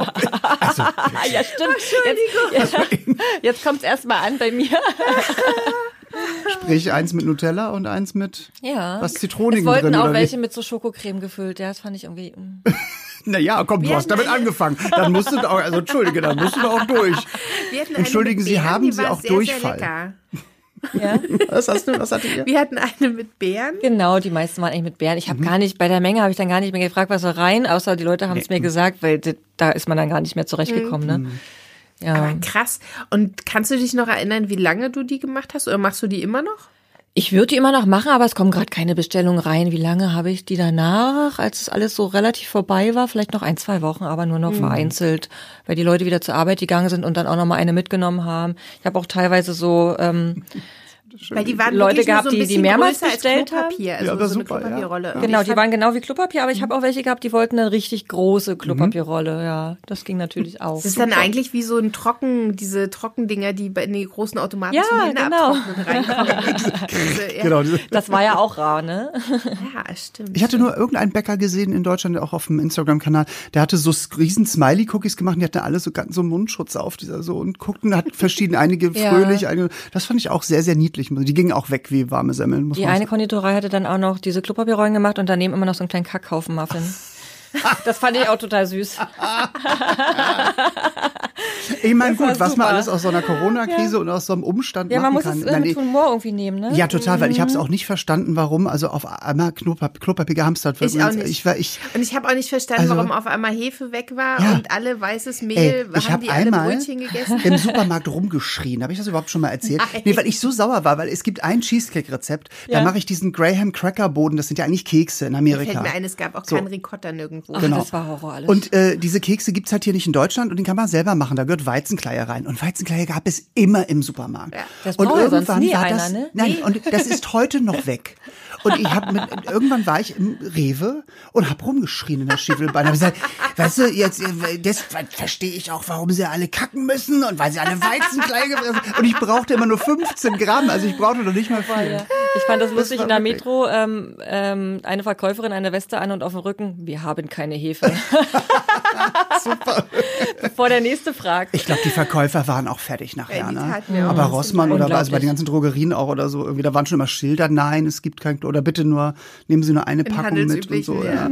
Speaker 3: Ah, ja, stimmt. Jetzt, jetzt, jetzt kommt es erstmal an bei mir.
Speaker 1: Sprich, eins mit Nutella und eins mit
Speaker 3: Ja.
Speaker 1: was Zitronigen
Speaker 3: es wollten
Speaker 1: drin.
Speaker 3: auch
Speaker 1: oder
Speaker 3: welche mit so Schokocreme gefüllt. Ja, das fand ich irgendwie. mm.
Speaker 1: Wie? Naja, komm, du
Speaker 2: Wir
Speaker 1: hast damit
Speaker 2: hatten eine-
Speaker 1: angefangen. Dann musst du da auch, also entschuldige, dann musst du da auch durch.
Speaker 2: Wir hatten eine
Speaker 1: Entschuldigen
Speaker 2: mit
Speaker 1: Sie,
Speaker 2: Beeren,
Speaker 1: haben
Speaker 2: die
Speaker 1: Sie
Speaker 2: war
Speaker 1: auch
Speaker 2: sehr,
Speaker 1: Durchfall?
Speaker 2: Sehr lecker.
Speaker 3: Ja.
Speaker 1: Was hast du, was hatte ihr?
Speaker 2: Wir hatten eine mit Beeren.
Speaker 3: Genau, die meisten waren eigentlich mit Beeren. Ich
Speaker 2: Mhm.
Speaker 3: habe gar nicht, bei der Menge habe ich dann gar nicht mehr gefragt, was soll rein, außer die Leute haben es mir gesagt, weil d- da ist man dann gar nicht mehr zurechtgekommen. Ne?
Speaker 2: Mhm.
Speaker 3: Ja.
Speaker 2: Aber krass. Und kannst du dich noch erinnern, wie lange du die gemacht hast? Oder machst du die immer noch?
Speaker 3: Ich würde die immer noch machen, aber es kommen gerade keine Bestellungen rein. Wie lange habe ich die danach, als es alles so relativ vorbei war? Vielleicht noch ein, zwei Wochen, aber nur
Speaker 2: Mhm.
Speaker 3: noch vereinzelt, weil die Leute wieder zur Arbeit gegangen sind und dann auch noch mal eine mitgenommen haben. Ich habe auch teilweise so ähm,
Speaker 2: Weil die waren
Speaker 3: Leute
Speaker 2: wirklich nur
Speaker 3: gehabt,
Speaker 2: so ein
Speaker 3: die- die
Speaker 2: bisschen
Speaker 3: mehrmals
Speaker 2: größer
Speaker 3: bestellt
Speaker 2: als
Speaker 3: haben.
Speaker 2: Klopapier. Also
Speaker 1: Ja, aber
Speaker 2: so
Speaker 1: super, ja.
Speaker 2: eine Klopapierrolle.
Speaker 3: Genau, die waren genau wie Klopapier,
Speaker 2: Mhm.
Speaker 3: aber ich habe auch welche gehabt, die wollten eine richtig große Klopapierrolle. Ja, das ging natürlich auch.
Speaker 2: Das ist dann eigentlich wie so ein Trocken, diese Trockendinger, die bei- in die großen Automaten
Speaker 3: Ja,
Speaker 2: zum Hände
Speaker 3: genau.
Speaker 2: abtrocknen reinkommen. Diese- ja,
Speaker 1: Genau. diese-
Speaker 3: Das war ja auch rar, ne?
Speaker 2: ja, stimmt.
Speaker 1: Ich hatte nur irgendeinen Bäcker gesehen in Deutschland, auch auf dem Instagram-Kanal, der hatte so riesen Smiley-Cookies gemacht, und die hatten alle so ganz so einen Mundschutz auf, dieser so und guckten, hat verschieden, einige
Speaker 3: Ja.
Speaker 1: fröhlich, einige, das fand ich auch sehr, sehr niedlich. Die gingen auch weg wie warme Semmeln, muss
Speaker 3: Die
Speaker 1: man
Speaker 3: eine
Speaker 1: sagen.
Speaker 3: Konditorei hatte dann auch noch diese Klopapierrollen gemacht und daneben immer noch so einen kleinen Kackhaufen Muffin. Das fand ich auch total süß.
Speaker 1: Ich meine,
Speaker 3: war
Speaker 1: gut, was
Speaker 3: super.
Speaker 1: man alles aus so einer Corona-Krise und aus so einem Umstand
Speaker 3: Ja, man
Speaker 1: machen
Speaker 3: muss
Speaker 1: kann.
Speaker 3: es
Speaker 1: Ich meine,
Speaker 3: mit Humor irgendwie nehmen, ne?
Speaker 1: ja, total, weil ich habe es auch nicht verstanden, warum also auf einmal Klopap Klopapier gehamstert wird.
Speaker 2: Ich
Speaker 1: Und
Speaker 2: auch
Speaker 1: jetzt-
Speaker 2: nicht.
Speaker 1: Ich war, ich,
Speaker 2: und ich habe auch nicht verstanden,
Speaker 1: Also-
Speaker 2: warum auf einmal Hefe weg war
Speaker 1: Ja.
Speaker 2: und alle weißes
Speaker 1: Ey,
Speaker 2: Mehl,
Speaker 1: ich
Speaker 2: haben
Speaker 1: habe
Speaker 2: die
Speaker 1: einmal
Speaker 2: alle Brötchen gegessen?
Speaker 1: im Supermarkt rumgeschrien. Habe ich das überhaupt schon mal erzählt?
Speaker 2: Nein.
Speaker 1: Nee, weil ich so sauer war, weil es gibt ein Cheesecake-Rezept. Da
Speaker 3: Ja.
Speaker 1: mache ich diesen Graham Cracker-Boden. Das sind ja eigentlich Kekse in Amerika.
Speaker 2: Fällt mir ein, es gab auch
Speaker 1: So.
Speaker 2: keinen Ricotta nirgendwo.
Speaker 3: Ach, das war Horror alles.
Speaker 1: Genau. Und äh, diese Kekse gibt's halt hier nicht in Deutschland und den kann man selber machen. Da gehört Weizenkleie rein. Und Weizenkleie gab es immer im Supermarkt.
Speaker 2: Ja.
Speaker 3: Das
Speaker 1: und
Speaker 3: braucht ja sonst nie
Speaker 1: war
Speaker 3: einer,
Speaker 1: das.
Speaker 3: ne?
Speaker 1: Nein, und das ist heute noch weg. Und ich hab mit, irgendwann war ich im Rewe und hab rumgeschrien in der Schiefelbahn. Hab gesagt, weißt du, jetzt äh, das verstehe ich auch, warum sie alle kacken müssen und weil sie alle Weizenkleie gefressen. Und ich brauchte immer nur 15 Gramm, also ich brauchte noch nicht mal viel.
Speaker 3: ich fand das lustig
Speaker 1: war
Speaker 3: in der
Speaker 1: wirklich-
Speaker 3: Metro, ähm, ähm, eine Verkäuferin eine Weste an und auf dem Rücken, wir haben keine Hefe.
Speaker 1: Super.
Speaker 3: Bevor der nächste fragt.
Speaker 1: Ich glaube, die Verkäufer waren auch fertig nachher.
Speaker 2: Ja, die
Speaker 1: ne?
Speaker 2: taten mir
Speaker 1: Aber
Speaker 2: auch ein
Speaker 1: Rossmann oder also bei
Speaker 3: Unglaublich.
Speaker 1: den ganzen Drogerien auch oder so, irgendwie, da waren schon immer Schilder, nein, es gibt kein oder bitte nur, nehmen Sie nur eine Packung mit und so. Ja.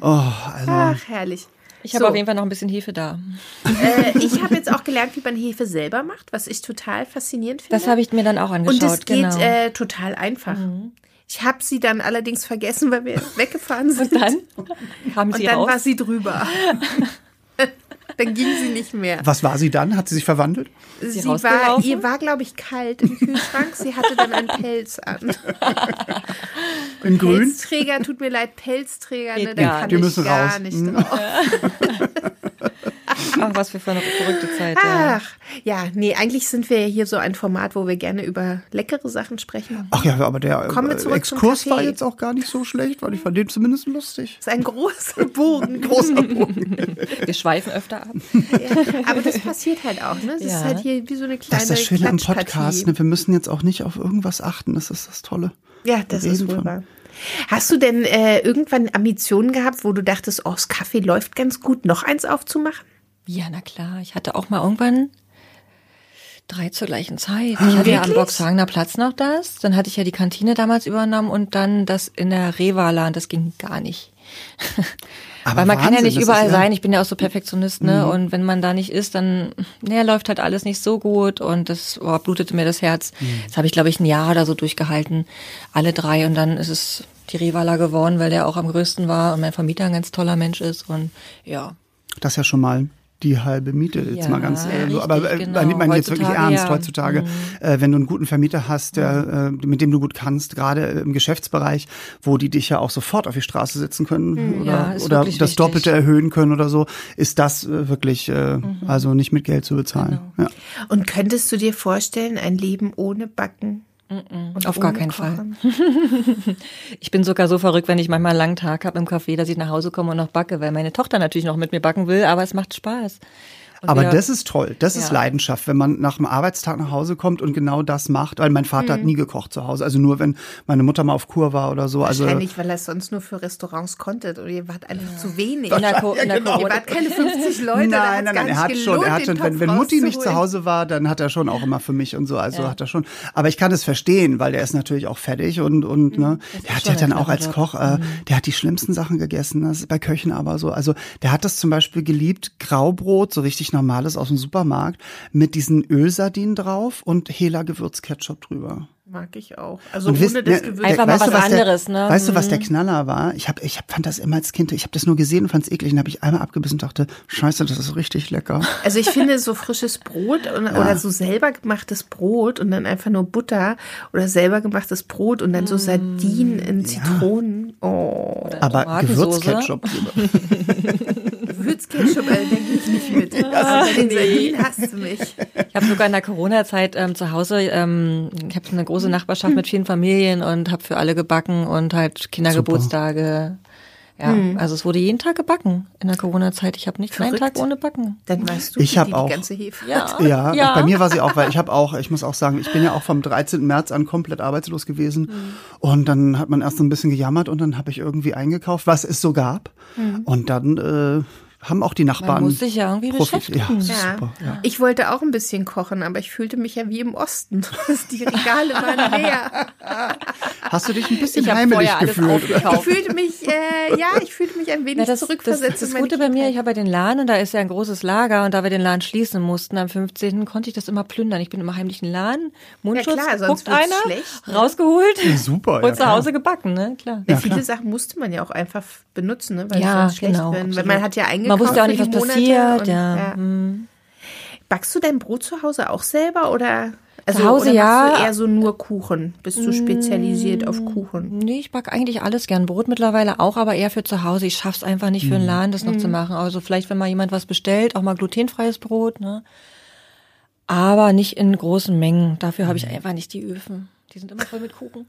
Speaker 1: Oh, also.
Speaker 2: Ach, herrlich.
Speaker 3: Ich habe auf jeden Fall noch ein bisschen Hefe da.
Speaker 2: äh, ich habe jetzt auch gelernt, wie man Hefe selber macht, was ich total faszinierend finde.
Speaker 3: Das habe ich mir dann auch
Speaker 2: Und
Speaker 3: angeschaut.
Speaker 2: es geht
Speaker 3: genau. Mhm.
Speaker 2: äh, total einfach. Ich habe sie dann allerdings vergessen, weil wir weggefahren sind.
Speaker 3: dann kamen
Speaker 2: Und
Speaker 3: sie
Speaker 2: dann
Speaker 3: raus.
Speaker 2: war sie drüber. dann ging sie nicht mehr.
Speaker 1: Was war sie dann? Hat sie sich verwandelt?
Speaker 2: Sie war,
Speaker 3: rausgelaufen?
Speaker 2: ihr war, glaube ich, kalt im Kühlschrank. Sie hatte dann einen Pelz an.
Speaker 1: In grün?
Speaker 2: Pelzträger, tut mir leid, Pelzträger, ne,
Speaker 3: Geht
Speaker 2: da kann
Speaker 3: gar nicht.
Speaker 1: Die
Speaker 2: ich
Speaker 1: müssen
Speaker 2: gar
Speaker 1: raus.
Speaker 2: nicht
Speaker 1: Mhm.
Speaker 2: drauf.
Speaker 3: Ach, was für eine verrückte Zeit. Ja.
Speaker 2: Ach, ja, nee, eigentlich sind wir ja hier so ein Format, wo wir gerne über leckere Sachen sprechen.
Speaker 1: Ach ja, aber der
Speaker 2: Kommen wir
Speaker 1: äh,
Speaker 2: zurück zum
Speaker 1: Exkurs war
Speaker 2: Kaffee.
Speaker 1: jetzt auch gar nicht so schlecht, weil ich fand den zumindest lustig.
Speaker 2: Das ist ein großer Bogen.
Speaker 1: Großer Bogen.
Speaker 3: Wir schweifen öfter ab.
Speaker 2: Ja, aber das passiert halt auch, ne? Das
Speaker 3: Ja.
Speaker 2: ist halt hier wie so eine kleine
Speaker 1: Das ist das Schöne am
Speaker 2: Klatschpartie.
Speaker 1: Podcast. Ne? Wir müssen jetzt auch nicht auf irgendwas achten. Das ist das Tolle.
Speaker 2: Ja, das
Speaker 1: Wir
Speaker 2: ist
Speaker 1: reden
Speaker 2: wohl
Speaker 1: von-
Speaker 2: wahr. Hast du denn äh, irgendwann Ambitionen gehabt, wo du dachtest, oh, das Kaffee läuft ganz gut, noch eins aufzumachen?
Speaker 3: Ja, na klar. Ich hatte auch mal irgendwann drei zur gleichen Zeit. Ich
Speaker 1: Ah,
Speaker 3: hatte ja am
Speaker 2: Wirklich?
Speaker 3: Boxhagener Platz noch das. Dann hatte ich ja die Kantine damals übernommen und dann das in der Revala und das ging gar nicht.
Speaker 1: Aber
Speaker 3: Weil man kann ja
Speaker 1: Wahnsinn,
Speaker 3: nicht
Speaker 1: das ist
Speaker 3: überall
Speaker 1: ja- Mhm.
Speaker 3: sein. Ich bin ja auch so Perfektionist, ne? Und wenn man da nicht ist, dann naja, läuft halt alles nicht so gut und das oh, blutete mir das Herz.
Speaker 1: Mhm.
Speaker 3: Das habe ich, glaube ich, ein Jahr oder so durchgehalten. Alle drei und dann ist es die Revala geworden, weil der auch am größten war und mein Vermieter ein ganz toller Mensch ist und ja.
Speaker 1: Das ist ja schon mal die halbe Miete, jetzt
Speaker 3: Ja,
Speaker 1: mal ganz äh, so.
Speaker 3: richtig,
Speaker 1: Aber äh,
Speaker 3: genau.
Speaker 1: nimmt man jetzt wirklich
Speaker 3: Heutzutage,
Speaker 1: ernst
Speaker 3: ja. Mhm.
Speaker 1: heutzutage. Äh, wenn du einen guten Vermieter hast, der, äh, mit dem du gut kannst, gerade im Geschäftsbereich, wo die dich ja auch sofort auf die Straße setzen können oder,
Speaker 3: Mhm, Ja, ist
Speaker 1: oder das
Speaker 3: wirklich wichtig.
Speaker 1: Doppelte erhöhen können oder so, ist das äh, wirklich äh,
Speaker 3: Mhm.
Speaker 1: also nicht mit Geld zu bezahlen.
Speaker 3: Genau.
Speaker 1: Ja.
Speaker 2: Und könntest du dir vorstellen, ein Leben ohne Backen? und
Speaker 3: auf gar
Speaker 2: ohne
Speaker 3: keinen
Speaker 2: Kochen?
Speaker 3: Ich bin sogar so verrückt, wenn ich manchmal einen langen Tag habe im Café, dass ich nach Hause komme und noch backe, weil meine Tochter natürlich noch mit mir backen will, aber es macht Spaß.
Speaker 1: Aber
Speaker 3: wieder-
Speaker 1: das ist toll, das ist
Speaker 3: Ja.
Speaker 1: Leidenschaft, wenn man nach einem Arbeitstag nach Hause kommt und genau das macht. Weil mein Vater
Speaker 3: Mhm.
Speaker 1: hat nie gekocht zu Hause, also nur wenn meine Mutter mal auf Kur war oder so. Also
Speaker 2: Wahrscheinlich, weil er es sonst nur für Restaurants konnte. Oder ihr wart einfach zu wenig.
Speaker 3: In der, Co in der
Speaker 2: Ihr
Speaker 3: Corona.
Speaker 2: wart keine 50 Leute. da hat's
Speaker 1: nein, nein,
Speaker 2: gar
Speaker 1: nein,
Speaker 2: nicht
Speaker 1: er hat schon,
Speaker 2: gelohnt,
Speaker 1: er hat
Speaker 2: den
Speaker 1: schon, wenn,
Speaker 2: Topf
Speaker 1: wenn Mutti nicht zu
Speaker 2: rauszuholen.
Speaker 1: Hause war, dann hat er schon auch immer für mich und so, also hat er schon. Aber ich kann es verstehen, weil der ist natürlich auch fertig und, und
Speaker 2: Mhm.
Speaker 1: ne, der hat
Speaker 3: schon
Speaker 1: ja dann
Speaker 3: ein
Speaker 1: auch als
Speaker 3: knapper
Speaker 1: Koch, äh, der hat die schlimmsten Sachen gegessen, das ist bei Köchen aber so. Also der hat das zum Beispiel geliebt, Graubrot, so richtig normales aus dem Supermarkt, mit diesen Ölsardinen drauf und Hela Gewürzketchup drüber.
Speaker 2: Mag ich auch. Also
Speaker 1: Und wisst-
Speaker 2: ohne das
Speaker 1: ne,
Speaker 2: Gewürz.
Speaker 1: der-
Speaker 3: Einfach mal
Speaker 1: weißt du,
Speaker 3: was
Speaker 1: der-
Speaker 3: anderes, ne?
Speaker 1: Weißt du, was der Knaller war? Ich, hab, ich hab, fand das immer als Kind, ich habe das nur gesehen und fand es eklig. Und habe ich einmal abgebissen und dachte, scheiße, das ist richtig lecker.
Speaker 2: Also ich finde so frisches Brot und, oder so selber gemachtes Brot und dann einfach nur Butter oder selber gemachtes Brot und dann so Sardinen in Zitronen. Oh,
Speaker 1: Aber
Speaker 3: Tomatensoße.
Speaker 1: Gewürzketchup.
Speaker 2: Gewürzketchup, äh, da gehe ich nicht mit. Aber bei den Sardinen hasst du mich.
Speaker 3: Ich habe sogar in der Corona-Zeit ähm, zu Hause, ähm, ich habe eine große Nachbarschaft mit vielen Familien und habe für alle gebacken und halt Kindergeburtstage. Ja, also es wurde jeden Tag gebacken in der Corona-Zeit. Ich habe nicht einen
Speaker 2: Verrückt.
Speaker 3: Tag ohne Backen.
Speaker 2: Dann weißt du,
Speaker 1: Ich
Speaker 2: wie
Speaker 1: hab
Speaker 2: die,
Speaker 1: auch.
Speaker 2: die ganze Hefe.
Speaker 3: Ja,
Speaker 1: Ja, bei mir war sie auch, weil ich habe auch, ich muss auch sagen, ich bin ja auch vom 13. März an komplett arbeitslos gewesen.
Speaker 3: Mhm.
Speaker 1: Und dann hat man erst so ein bisschen gejammert und dann habe ich irgendwie eingekauft, was es so gab. Und dann äh, haben auch die Nachbarn.
Speaker 3: Mhm. Man muss sich ja irgendwie
Speaker 1: profitiert. Ja,
Speaker 3: beschäftigen.
Speaker 1: das ist
Speaker 2: Ja.
Speaker 1: super. Ja.
Speaker 2: Ich wollte auch ein bisschen kochen, aber ich fühlte mich ja wie im Osten. Die Regale waren leer.
Speaker 1: Hast du dich ein bisschen
Speaker 3: Ich hab
Speaker 1: heimelig
Speaker 3: vorher alles
Speaker 1: gefühlt? oder?
Speaker 2: Ich
Speaker 3: aufgekauft.
Speaker 2: fühlte mich, äh, ja, ich fühlte mich ein wenig
Speaker 3: Ja, das, das,
Speaker 2: zurückversetzt. in
Speaker 3: das
Speaker 2: meine
Speaker 3: Gute bei mir,
Speaker 2: Kindheit.
Speaker 3: ich habe ja den Laden und da ist ja ein großes Lager und da wir den Laden schließen mussten am 15. konnte ich das immer plündern. Ich bin immer heimlich in den Laden, Mundschutz,
Speaker 2: Ja, klar, sonst
Speaker 3: guckt
Speaker 2: wird's
Speaker 3: einer,
Speaker 2: schlecht, ne?
Speaker 3: rausgeholt
Speaker 1: super,
Speaker 3: und
Speaker 1: ja,
Speaker 3: zu
Speaker 1: klar.
Speaker 3: Hause gebacken, ne? Klar.
Speaker 2: Ja, viele Sachen musste man ja auch einfach benutzen, ne? weil
Speaker 3: Ja,
Speaker 2: sonst schlecht
Speaker 3: genau,
Speaker 2: werden. Weil
Speaker 3: absolut.
Speaker 2: man hat ja eingekauft.
Speaker 3: Man wusste auch nicht,
Speaker 2: für die
Speaker 3: was
Speaker 2: Monate
Speaker 3: passiert,
Speaker 2: und-
Speaker 3: ja, Mhm.
Speaker 2: Backst du dein Brot zu Hause auch selber oder? Also,
Speaker 3: Hause
Speaker 2: oder machst du
Speaker 3: ja. Mm.
Speaker 2: eher so nur Kuchen? Bist du spezialisiert auf Kuchen?
Speaker 3: Nee, ich backe eigentlich alles gern. Brot mittlerweile auch, aber eher für zu Hause. Ich schaff's einfach nicht
Speaker 1: Mhm.
Speaker 3: für einen Laden, das noch
Speaker 2: Mhm.
Speaker 3: zu machen. Also vielleicht, wenn mal jemand was bestellt, auch mal glutenfreies Brot, ne? Aber nicht in großen Mengen. Dafür habe ich
Speaker 1: Mhm.
Speaker 3: einfach nicht die Öfen. Die sind immer voll mit Kuchen.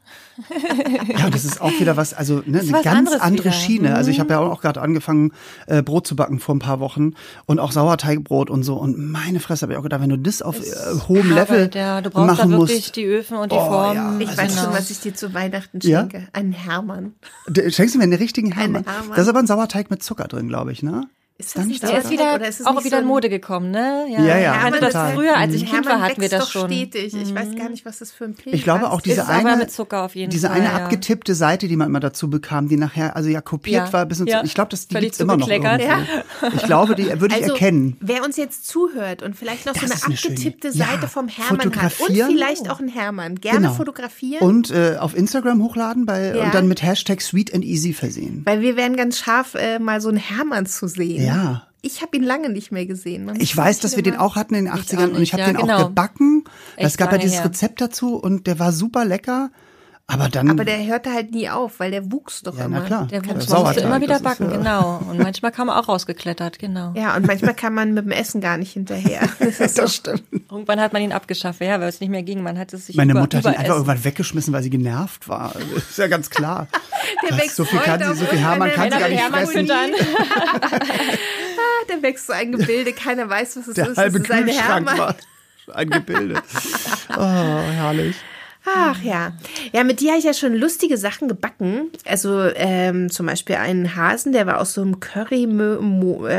Speaker 1: Ja, das ist auch wieder was, also ne, eine
Speaker 3: was
Speaker 1: ganz
Speaker 3: anderes
Speaker 1: andere
Speaker 3: wieder. Mhm.
Speaker 1: Schiene. Also ich habe ja auch gerade angefangen, äh, Brot zu backen vor ein paar Wochen und auch Sauerteigbrot und so. Und meine Fresse habe ich auch gedacht, wenn du das auf äh, hohem Level
Speaker 3: Arbeit, ja. Du brauchst da
Speaker 1: machen
Speaker 3: wirklich
Speaker 1: musst,
Speaker 3: die Öfen und die
Speaker 1: Oh,
Speaker 3: Formen.
Speaker 1: ja.
Speaker 2: Ich
Speaker 1: Also
Speaker 2: weiß schon,
Speaker 1: genau.
Speaker 2: was ich dir zu Weihnachten
Speaker 1: Ja?
Speaker 2: schenke. Einen Hermann.
Speaker 1: D- schenkst du mir einen richtigen Hermann.
Speaker 2: Hermann.
Speaker 1: Das ist aber ein Sauerteig mit Zucker drin, glaube ich, ne?
Speaker 2: Ist
Speaker 1: Dann
Speaker 2: das
Speaker 1: nicht
Speaker 2: nicht
Speaker 1: so
Speaker 3: Der ist
Speaker 2: Sauerteig
Speaker 3: wieder,
Speaker 2: oder ist es
Speaker 3: auch
Speaker 2: nicht
Speaker 3: wieder
Speaker 2: so
Speaker 3: in
Speaker 2: ein-
Speaker 3: Mode gekommen, ne?
Speaker 1: Ja, ja,
Speaker 3: Ich hatte das
Speaker 1: total.
Speaker 3: früher, als ich Kind war,
Speaker 2: Hermann
Speaker 3: hatten wir
Speaker 2: wächst
Speaker 3: das
Speaker 2: doch
Speaker 3: schon. Mm.
Speaker 2: stetig. Ich weiß gar nicht, was das für ein Pilz
Speaker 1: Ich glaube auch
Speaker 2: ist.
Speaker 1: diese
Speaker 3: es aber
Speaker 1: eine,
Speaker 3: mit Zucker auf jeden
Speaker 1: diese
Speaker 3: Fall,
Speaker 1: eine
Speaker 3: ja.
Speaker 1: abgetippte Seite, die man immer dazu bekam, die nachher also ja kopiert
Speaker 3: Ja,
Speaker 1: war bis ins,
Speaker 3: ja.
Speaker 1: ich glaube, das die
Speaker 3: Völlig
Speaker 1: gibt's immer noch.
Speaker 3: zugekleckert.
Speaker 1: irgendwo. Ich glaube, die äh, würde ich
Speaker 2: also,
Speaker 1: erkennen.
Speaker 2: Wer uns jetzt zuhört und vielleicht noch
Speaker 1: Das
Speaker 2: so
Speaker 1: ist
Speaker 2: eine
Speaker 1: eine schöne-
Speaker 2: abgetippte
Speaker 1: Ja,
Speaker 2: Seite vom Hermann hat und
Speaker 1: fotografieren.
Speaker 2: vielleicht auch einen Hermann, gerne fotografieren.
Speaker 1: Genau. Und äh, auf Instagram hochladen bei
Speaker 2: Ja.
Speaker 1: und dann mit Hashtag Sweet and Easy versehen.
Speaker 2: weil wir wären ganz scharf, äh, mal so einen Hermann zu sehen.
Speaker 1: Ja.
Speaker 2: Ich habe ihn lange nicht mehr gesehen. Man
Speaker 1: Ich
Speaker 2: muss
Speaker 1: weiß,
Speaker 2: ihn
Speaker 1: dass wir den
Speaker 2: immer-
Speaker 1: auch hatten in den 80ern und ich
Speaker 3: nicht,
Speaker 1: habe
Speaker 3: ja,
Speaker 1: den auch
Speaker 3: genau.
Speaker 1: gebacken. es
Speaker 3: Echt
Speaker 1: gab ja
Speaker 3: lange
Speaker 1: dieses
Speaker 3: her.
Speaker 1: Rezept dazu und der war super lecker. Aber dann.
Speaker 2: Aber der hörte halt nie auf, weil der wuchs doch
Speaker 1: ja,
Speaker 2: immer.
Speaker 1: na klar.
Speaker 3: Der
Speaker 1: Klar,
Speaker 3: Wurst musst du
Speaker 1: Sauerteig,
Speaker 3: immer wieder
Speaker 1: das ist,
Speaker 3: backen,
Speaker 1: äh,
Speaker 3: genau. Und manchmal kam er auch rausgeklettert, genau.
Speaker 2: Ja, und manchmal kann man mit dem Essen gar nicht hinterher. Das ist so.
Speaker 1: Das stimmt.
Speaker 3: Irgendwann hat man ihn abgeschafft, ja, weil es nicht mehr ging. Man hat es sich
Speaker 1: Meine
Speaker 3: über,
Speaker 1: Mutter hat ihn einfach
Speaker 3: überessen.
Speaker 1: irgendwann weggeschmissen, weil sie genervt war. Also, ist ja ganz klar.
Speaker 2: Der
Speaker 1: Das-
Speaker 2: wächst
Speaker 1: so viel kann
Speaker 2: heute
Speaker 1: sie,
Speaker 2: auf
Speaker 1: so viel Hermann
Speaker 2: irgendeine
Speaker 1: kann sie gar nicht
Speaker 2: Hermann-
Speaker 1: fressen.
Speaker 3: füttern.
Speaker 2: Ah, Der wächst so ein Gebilde, keiner weiß, was es
Speaker 1: Der
Speaker 2: ist.
Speaker 1: halbe
Speaker 2: es ist ein
Speaker 1: Kühlschrank
Speaker 2: Hermann.
Speaker 1: war ein Gebilde. Oh, herrlich.
Speaker 2: Ach ja. Ja, mit dir habe ich ja schon lustige Sachen gebacken. Also ähm, zum Beispiel einen Hasen, der war aus so einem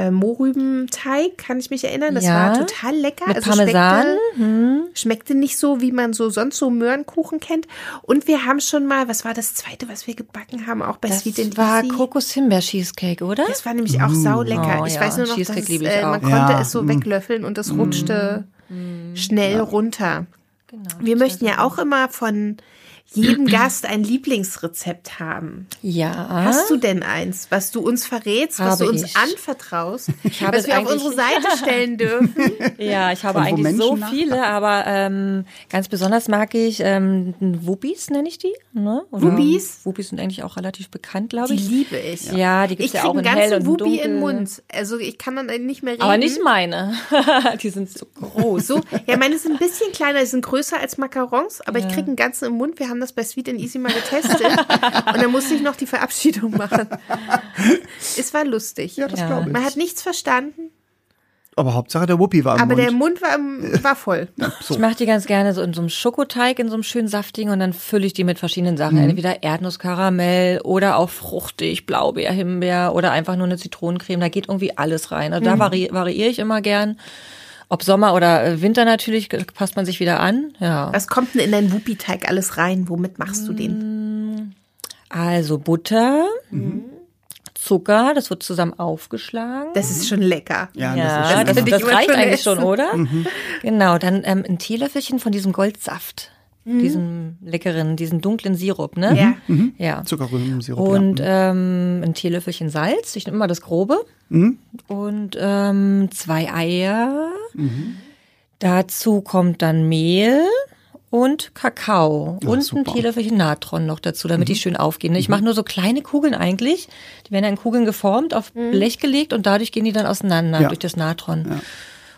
Speaker 2: Curry-Morübenteig, kann ich mich erinnern. Das
Speaker 3: Ja.
Speaker 2: war total lecker. Also
Speaker 3: Mit Parmesan. Hm.
Speaker 2: Schmeckte, schmeckte nicht so, wie man so sonst so Möhrenkuchen kennt. Und wir haben schon mal, was war das zweite, was wir gebacken haben, auch bei Sweet and
Speaker 3: Das war
Speaker 2: Easy?
Speaker 3: Kokos-Himbeer-Cheesecake, oder?
Speaker 2: Das war nämlich auch saulecker.
Speaker 3: Oh,
Speaker 2: ich
Speaker 3: ja.
Speaker 2: weiß nur noch, dass,
Speaker 3: Cheesecake
Speaker 2: es,
Speaker 3: liebe ich
Speaker 2: äh, man
Speaker 3: auch. Mm.
Speaker 2: konnte
Speaker 1: Ja.
Speaker 2: es so weglöffeln und das rutschte schnell runter.
Speaker 3: Genau.
Speaker 2: Wir möchten ja auch immer von jedem Gast ein Lieblingsrezept haben.
Speaker 3: Ja.
Speaker 2: Hast du denn eins, was du uns verrätst, was
Speaker 3: Habe
Speaker 2: du uns
Speaker 3: ich.
Speaker 2: anvertraust,
Speaker 3: habe
Speaker 2: was
Speaker 3: es
Speaker 2: wir auf
Speaker 3: eigentlich-
Speaker 2: unsere Seite stellen dürfen?
Speaker 3: Ja, ich habe
Speaker 1: Und wo
Speaker 3: eigentlich so
Speaker 1: Menschen nach-
Speaker 3: viele, aber ähm, ganz besonders mag ich ähm, Wuppies, nenne ich die. Ne? Oder-
Speaker 2: Wuppies?
Speaker 3: Wuppies sind eigentlich auch relativ bekannt, glaube
Speaker 2: Die
Speaker 3: ich.
Speaker 2: liebe ich.
Speaker 3: Ja, die gibt's
Speaker 2: ich
Speaker 3: ja
Speaker 2: krieg
Speaker 3: auch in
Speaker 2: einen
Speaker 3: hell
Speaker 2: ganzen
Speaker 3: und
Speaker 2: Wuppi in den
Speaker 3: dunkel.
Speaker 2: Mund. Also ich kann dann nicht mehr reden.
Speaker 3: Aber nicht meine. die sind so groß.
Speaker 2: So, ja, meine sind ein bisschen kleiner, die sind größer als Macarons, aber ich kriege einen ganzen im Mund. Wir haben das bei Sweet and Easy mal getestet und dann musste ich noch die Verabschiedung machen. Es war lustig.
Speaker 1: Ja, das glaube ich.
Speaker 2: Man hat nichts verstanden.
Speaker 1: Aber Hauptsache der Wuppi war im
Speaker 2: Aber
Speaker 1: Mund.
Speaker 2: der Mund war, war voll.
Speaker 1: so.
Speaker 3: Ich mache die ganz gerne so in so einem Schokoteig, in so einem schönen saftigen und dann fülle ich die mit verschiedenen Sachen. Entweder Erdnuss, Karamell oder auch fruchtig, Blaubeer, Himbeer oder einfach nur eine Zitronencreme. Da geht irgendwie alles rein. Also da vari variiere ich immer gern. Ob Sommer oder äh, Winter natürlich, ge- passt man sich wieder an. Ja.
Speaker 2: Was kommt denn in deinen Wuppi-Teig alles rein? Womit machst du den?
Speaker 3: Also Butter, Mhm. Zucker, das wird zusammen aufgeschlagen.
Speaker 2: Das ist schon lecker.
Speaker 1: Ja, das
Speaker 3: Ja,
Speaker 1: ist Also schon
Speaker 3: das,
Speaker 2: finde
Speaker 1: immer-
Speaker 3: das,
Speaker 2: ich immer
Speaker 3: reicht
Speaker 2: schön
Speaker 3: eigentlich
Speaker 2: essen.
Speaker 3: schon, oder? Genau, dann ähm, ein Teelöffelchen von diesem Goldsaft, diesem leckeren, diesen dunklen Sirup, ne?
Speaker 2: Ja.
Speaker 1: Mhm.
Speaker 3: Ja.
Speaker 1: Zuckerrübensirup.
Speaker 3: Und
Speaker 1: ja.
Speaker 3: ähm, ein Teelöffelchen Salz, ich nehme immer das Grobe.
Speaker 1: Mhm.
Speaker 3: Und ähm, zwei Eier. Dazu kommt dann Mehl und Kakao und ein
Speaker 1: super. Mhm.
Speaker 3: Teelöffelchen Natron noch dazu, damit die schön aufgehen. ne? Ich mache nur so kleine Kugeln eigentlich. Die werden in Kugeln geformt, auf Blech gelegt und dadurch gehen die dann auseinander
Speaker 1: Ja.
Speaker 3: durch das Natron.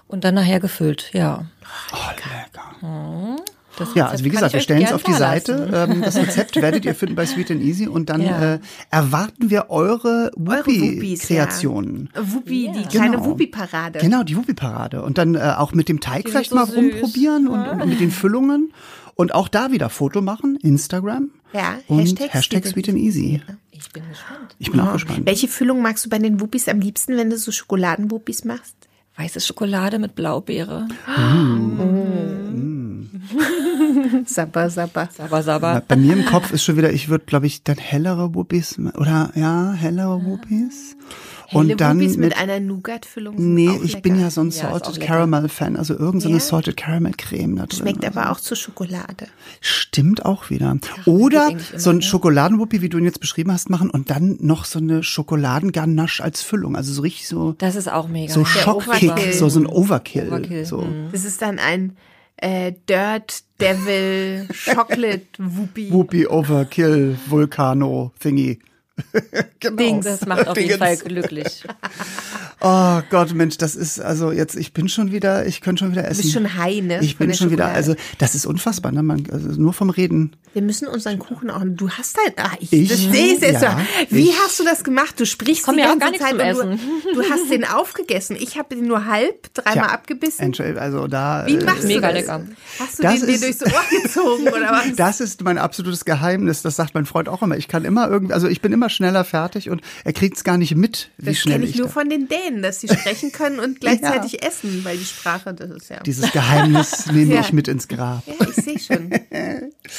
Speaker 3: Und dann nachher gefüllt, ja.
Speaker 1: oh, lecker.
Speaker 3: Das
Speaker 1: Ja,
Speaker 3: Rezept
Speaker 1: also wie
Speaker 3: kann
Speaker 1: gesagt,
Speaker 3: ich
Speaker 1: wir
Speaker 3: euch
Speaker 1: stellen es
Speaker 3: gern
Speaker 1: auf die
Speaker 3: da
Speaker 1: Seite.
Speaker 3: lassen.
Speaker 1: Ähm, das Rezept werdet ihr finden bei Sweet and Easy und dann
Speaker 3: Ja.
Speaker 1: äh, erwarten wir eure
Speaker 2: Wuppis, ja.
Speaker 1: Wuppi-Kreationen.
Speaker 2: Wuppi, die kleine
Speaker 1: Genau.
Speaker 2: Wuppi-Parade.
Speaker 1: Genau, die Wuppi-Parade. Und dann äh, auch mit dem Teig
Speaker 3: Die sind
Speaker 1: vielleicht
Speaker 3: so
Speaker 1: mal
Speaker 3: süß.
Speaker 1: rumprobieren und, und mit den Füllungen. Und auch da wieder Foto machen, Instagram.
Speaker 2: Ja,
Speaker 1: und
Speaker 2: Hashtag
Speaker 1: Hashtag
Speaker 2: Sweet
Speaker 1: Sweet and Easy.
Speaker 3: Ich bin gespannt.
Speaker 1: Ich bin auch gespannt.
Speaker 2: Welche Füllung magst du bei den Wuppis am liebsten, wenn du so Schokoladenwuppis machst?
Speaker 3: Weiße Schokolade mit Blaubeere.
Speaker 2: Sabba, sabba.
Speaker 3: Saba, saba.
Speaker 1: Bei mir im Kopf ist schon wieder, ich würde, glaube ich, dann hellere Wuppies ma- oder ja, hellere Wuppies.
Speaker 2: Helle
Speaker 1: Und dann
Speaker 2: Wuppis mit,
Speaker 1: mit,
Speaker 2: einer Nougat-Füllung sind
Speaker 1: nee,
Speaker 2: auch
Speaker 1: ich
Speaker 2: lecker.
Speaker 1: bin ja so ein
Speaker 3: Ja, ist auch
Speaker 1: Salted
Speaker 3: lecker.
Speaker 1: Caramel Fan, also irgendeine so eine
Speaker 2: Ja?
Speaker 1: Salted Caramel Creme da drin.
Speaker 2: Schmeckt aber auch zur Schokolade.
Speaker 1: Stimmt auch wieder.
Speaker 3: geht
Speaker 1: Oder
Speaker 3: eigentlich immer,
Speaker 1: so ein
Speaker 3: ne?
Speaker 1: Schokoladenwuppi, wie du ihn jetzt beschrieben hast, machen und dann noch so eine Schokoladengarnasche als Füllung, also so richtig so
Speaker 3: Das ist auch mega.
Speaker 1: so
Speaker 3: Der
Speaker 1: Schockkick,
Speaker 2: Overkill.
Speaker 1: so so ein Overkill,
Speaker 3: Overkill, hm.
Speaker 1: so.
Speaker 2: Das ist dann ein äh, Dirt Devil Chocolate Wuppi.
Speaker 1: Wuppi Overkill Vulcano Thingy. genau.
Speaker 3: Dings, das macht auf jeden
Speaker 1: Dingens.
Speaker 3: Fall glücklich.
Speaker 1: Oh Gott, Mensch, das ist also jetzt, ich bin schon wieder, ich könnte schon wieder essen.
Speaker 2: bist schon high, ne,
Speaker 1: Ich
Speaker 2: von
Speaker 1: bin
Speaker 2: der
Speaker 1: schon wieder,
Speaker 2: Schokolade.
Speaker 1: also das ist unfassbar, ne? Man, also nur vom Reden.
Speaker 2: Wir müssen unseren Kuchen auch. Du hast halt. Ah, ich,
Speaker 1: Ich?
Speaker 2: das sehe ich jetzt
Speaker 1: Ja,
Speaker 2: so. Wie
Speaker 1: ich-
Speaker 2: hast du das gemacht? Du sprichst
Speaker 3: Komm
Speaker 2: die
Speaker 3: ja
Speaker 2: ganze
Speaker 3: auch gar
Speaker 2: Zeit
Speaker 3: nichts zum
Speaker 2: und Du, du hast den aufgegessen. Ich habe den nur halb,
Speaker 1: Tja,
Speaker 2: dreimal abgebissen.
Speaker 1: Entschuldigung, also da.
Speaker 2: Wie
Speaker 1: äh,
Speaker 2: machst
Speaker 3: Mega
Speaker 2: du das?
Speaker 3: lecker.
Speaker 2: Hast du
Speaker 1: Das
Speaker 2: den dir
Speaker 1: ist-
Speaker 2: durchs Ohr gezogen oder was?
Speaker 1: Das ist mein absolutes Geheimnis. Das sagt mein Freund auch immer. Ich kann immer irgendwie, also ich bin immer schneller fertig und er kriegt es gar nicht mit, wie
Speaker 2: Das
Speaker 1: schnell
Speaker 2: kenne
Speaker 1: ich,
Speaker 2: ich nur
Speaker 1: da-
Speaker 2: von den Dänen, dass sie sprechen können und gleichzeitig essen, weil die Sprache, das ist ja.
Speaker 1: Dieses Geheimnis nehme
Speaker 2: Ja.
Speaker 1: ich mit ins Grab.
Speaker 2: ja, ich sehe schon.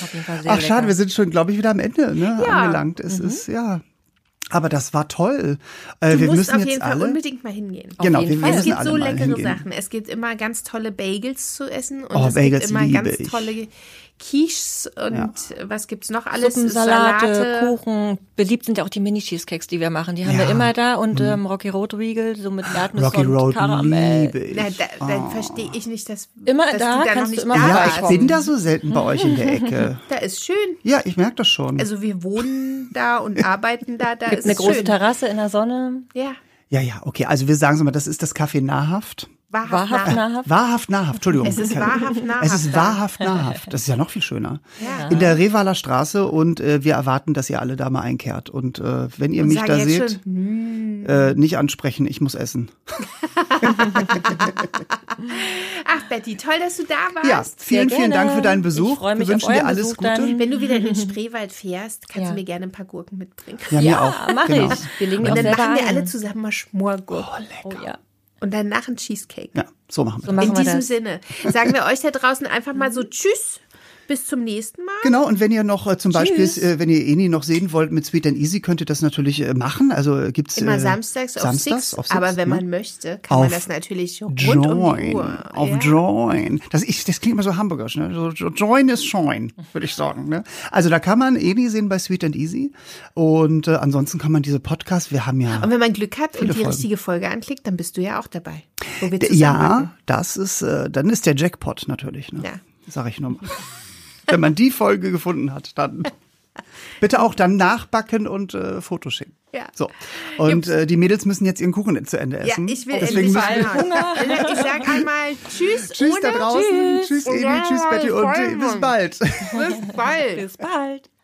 Speaker 3: Auf jeden Fall sehr
Speaker 1: Ach, schade, wir
Speaker 3: lecker.
Speaker 1: sind schon, glaube ich, wieder am Ende ne,
Speaker 2: Ja. Mhm.
Speaker 1: angelangt. Es ist, ja. Aber das war toll. Äh,
Speaker 2: Du
Speaker 1: wir
Speaker 2: musst
Speaker 1: müssen
Speaker 2: auf
Speaker 1: jetzt
Speaker 2: jeden Fall
Speaker 1: alle.
Speaker 2: unbedingt mal hingehen.
Speaker 1: genau,
Speaker 3: jeden
Speaker 1: wir, wir
Speaker 3: Fall.
Speaker 2: es
Speaker 1: müssen
Speaker 2: gibt
Speaker 1: alle
Speaker 2: so
Speaker 1: mal
Speaker 2: leckere
Speaker 1: hingehen.
Speaker 2: Sachen. Es gibt immer ganz tolle Bagels zu essen und
Speaker 1: Oh,
Speaker 2: es
Speaker 1: Bagels
Speaker 2: gibt immer
Speaker 1: liebe
Speaker 2: ganz
Speaker 1: ich.
Speaker 2: tolle Quiches und was gibt's noch alles?
Speaker 3: Suppensalate, Kuchen. Beliebt sind ja auch die Mini-Cheesecakes, die wir machen. Die haben
Speaker 1: Ja.
Speaker 3: wir immer da. Und ähm, Rocky Road Riegel, so mit Erdnuss
Speaker 1: Rocky
Speaker 3: und
Speaker 1: Road
Speaker 3: Karamell.
Speaker 1: liebe ich.
Speaker 2: Na, da, dann verstehe ich nicht, dass,
Speaker 3: Immer
Speaker 2: dass
Speaker 3: da
Speaker 2: du da noch
Speaker 3: kannst du
Speaker 2: nicht
Speaker 3: immer
Speaker 2: da
Speaker 1: Oh. ja,
Speaker 3: vorbei.
Speaker 2: warst.
Speaker 1: ich bin da so selten bei euch in der Ecke.
Speaker 2: Da ist schön.
Speaker 1: Ja, ich merke das schon.
Speaker 2: Also wir wohnen da und arbeiten da. Da ist
Speaker 3: Eine
Speaker 2: es
Speaker 3: große
Speaker 2: schön.
Speaker 3: Terrasse in der Sonne.
Speaker 2: Ja,
Speaker 1: ja, ja, okay. Also wir sagen so mal, das ist das Kaffee nahrhaft.
Speaker 2: wahrhaft.
Speaker 3: Wahrhaft
Speaker 2: nah.
Speaker 3: nahrhaft.
Speaker 1: Wahrhaft nahrhaft, Entschuldigung.
Speaker 2: Es ist
Speaker 1: Keine-
Speaker 2: wahrhaft nahrhaft.
Speaker 1: Es ist wahrhaft nahrhaft. Das ist ja noch viel schöner.
Speaker 2: Ja.
Speaker 1: In der Revaler Straße und äh, wir erwarten, dass ihr alle da mal einkehrt. Und äh, wenn ihr mich
Speaker 2: sag
Speaker 1: da
Speaker 2: jetzt Hm.
Speaker 1: seht, äh, nicht ansprechen, ich muss essen.
Speaker 2: Ach, Betty, toll, dass du da warst.
Speaker 1: Ja, vielen, vielen
Speaker 3: gerne.
Speaker 1: dank für deinen Besuch.
Speaker 3: Ich freu mich
Speaker 1: wir wünschen
Speaker 3: auf
Speaker 1: dir
Speaker 3: euren
Speaker 1: alles
Speaker 3: Besuch
Speaker 1: Gute.
Speaker 3: dann.
Speaker 2: Wenn du wieder in den Spreewald fährst, kannst
Speaker 3: Ja.
Speaker 2: du mir gerne ein paar Gurken mitbringen.
Speaker 1: Ja, mir auch.
Speaker 3: Ah, mache
Speaker 1: genau.
Speaker 3: ich. Wir legen
Speaker 2: Und
Speaker 3: die auch
Speaker 2: dann
Speaker 3: selber
Speaker 2: machen wir
Speaker 3: ein.
Speaker 2: alle zusammen mal Schmorgurken.
Speaker 3: Oh ja.
Speaker 2: Und danach ein Cheesecake.
Speaker 1: Ja, so machen wir das.
Speaker 3: So
Speaker 1: Mhm.
Speaker 3: machen
Speaker 2: In
Speaker 3: wir
Speaker 2: diesem
Speaker 3: das.
Speaker 2: Sinne sagen wir euch da draußen einfach mal so Tschüss, bis zum nächsten Mal.
Speaker 1: Genau, und wenn ihr noch äh, zum Beispiel,
Speaker 3: Tschüss.
Speaker 1: äh, wenn ihr Eni noch sehen wollt mit Sweet and Easy, könnt ihr das natürlich äh, machen. Also äh, gibt's
Speaker 2: Immer
Speaker 1: äh,
Speaker 2: samstags auf
Speaker 1: samstags
Speaker 2: Six,
Speaker 1: auf
Speaker 2: aber
Speaker 1: Six,
Speaker 2: wenn
Speaker 1: ne?
Speaker 2: man möchte, kann man
Speaker 1: Auf
Speaker 2: das natürlich rund um die
Speaker 1: Join.
Speaker 2: Uhr.
Speaker 1: auf
Speaker 2: ja.
Speaker 1: Join. Das, ich, das klingt immer so hamburgerisch. Ne? So, jo- join ist Join, würde ich sagen. Ne? Also da kann man Eni sehen bei Sweet and Easy. Und äh, ansonsten kann man diese Podcasts, wir haben ja...
Speaker 2: Und wenn man Glück hat und die
Speaker 1: Folgen.
Speaker 2: richtige Folge anklickt, dann bist du ja auch dabei. Wo wir
Speaker 1: D-
Speaker 2: zusammenbacken.
Speaker 1: Ja, das ist, äh, dann ist der Jackpot natürlich. Ne?
Speaker 2: Ja.
Speaker 1: Sag ich nur mal. wenn man die Folge gefunden hat, dann... Bitte auch dann nachbacken und äh, Fotos schicken.
Speaker 2: Ja.
Speaker 1: So. Und äh, die Mädels müssen jetzt ihren Kuchen zu Ende
Speaker 2: Ja,
Speaker 1: essen.
Speaker 2: ich will
Speaker 1: Deswegen
Speaker 2: endlich
Speaker 1: müssen
Speaker 2: mal Hunger. Ich sag einmal Tschüss,
Speaker 1: Tschüss
Speaker 2: ohne
Speaker 1: da draußen.
Speaker 2: Tschüss.
Speaker 1: Tschüss, Edi.
Speaker 2: Ja,
Speaker 1: Tschüss, Betty. Und
Speaker 2: voll
Speaker 1: äh, bis
Speaker 2: Mann.
Speaker 1: bald.
Speaker 2: Bis bald.
Speaker 3: Bis bald.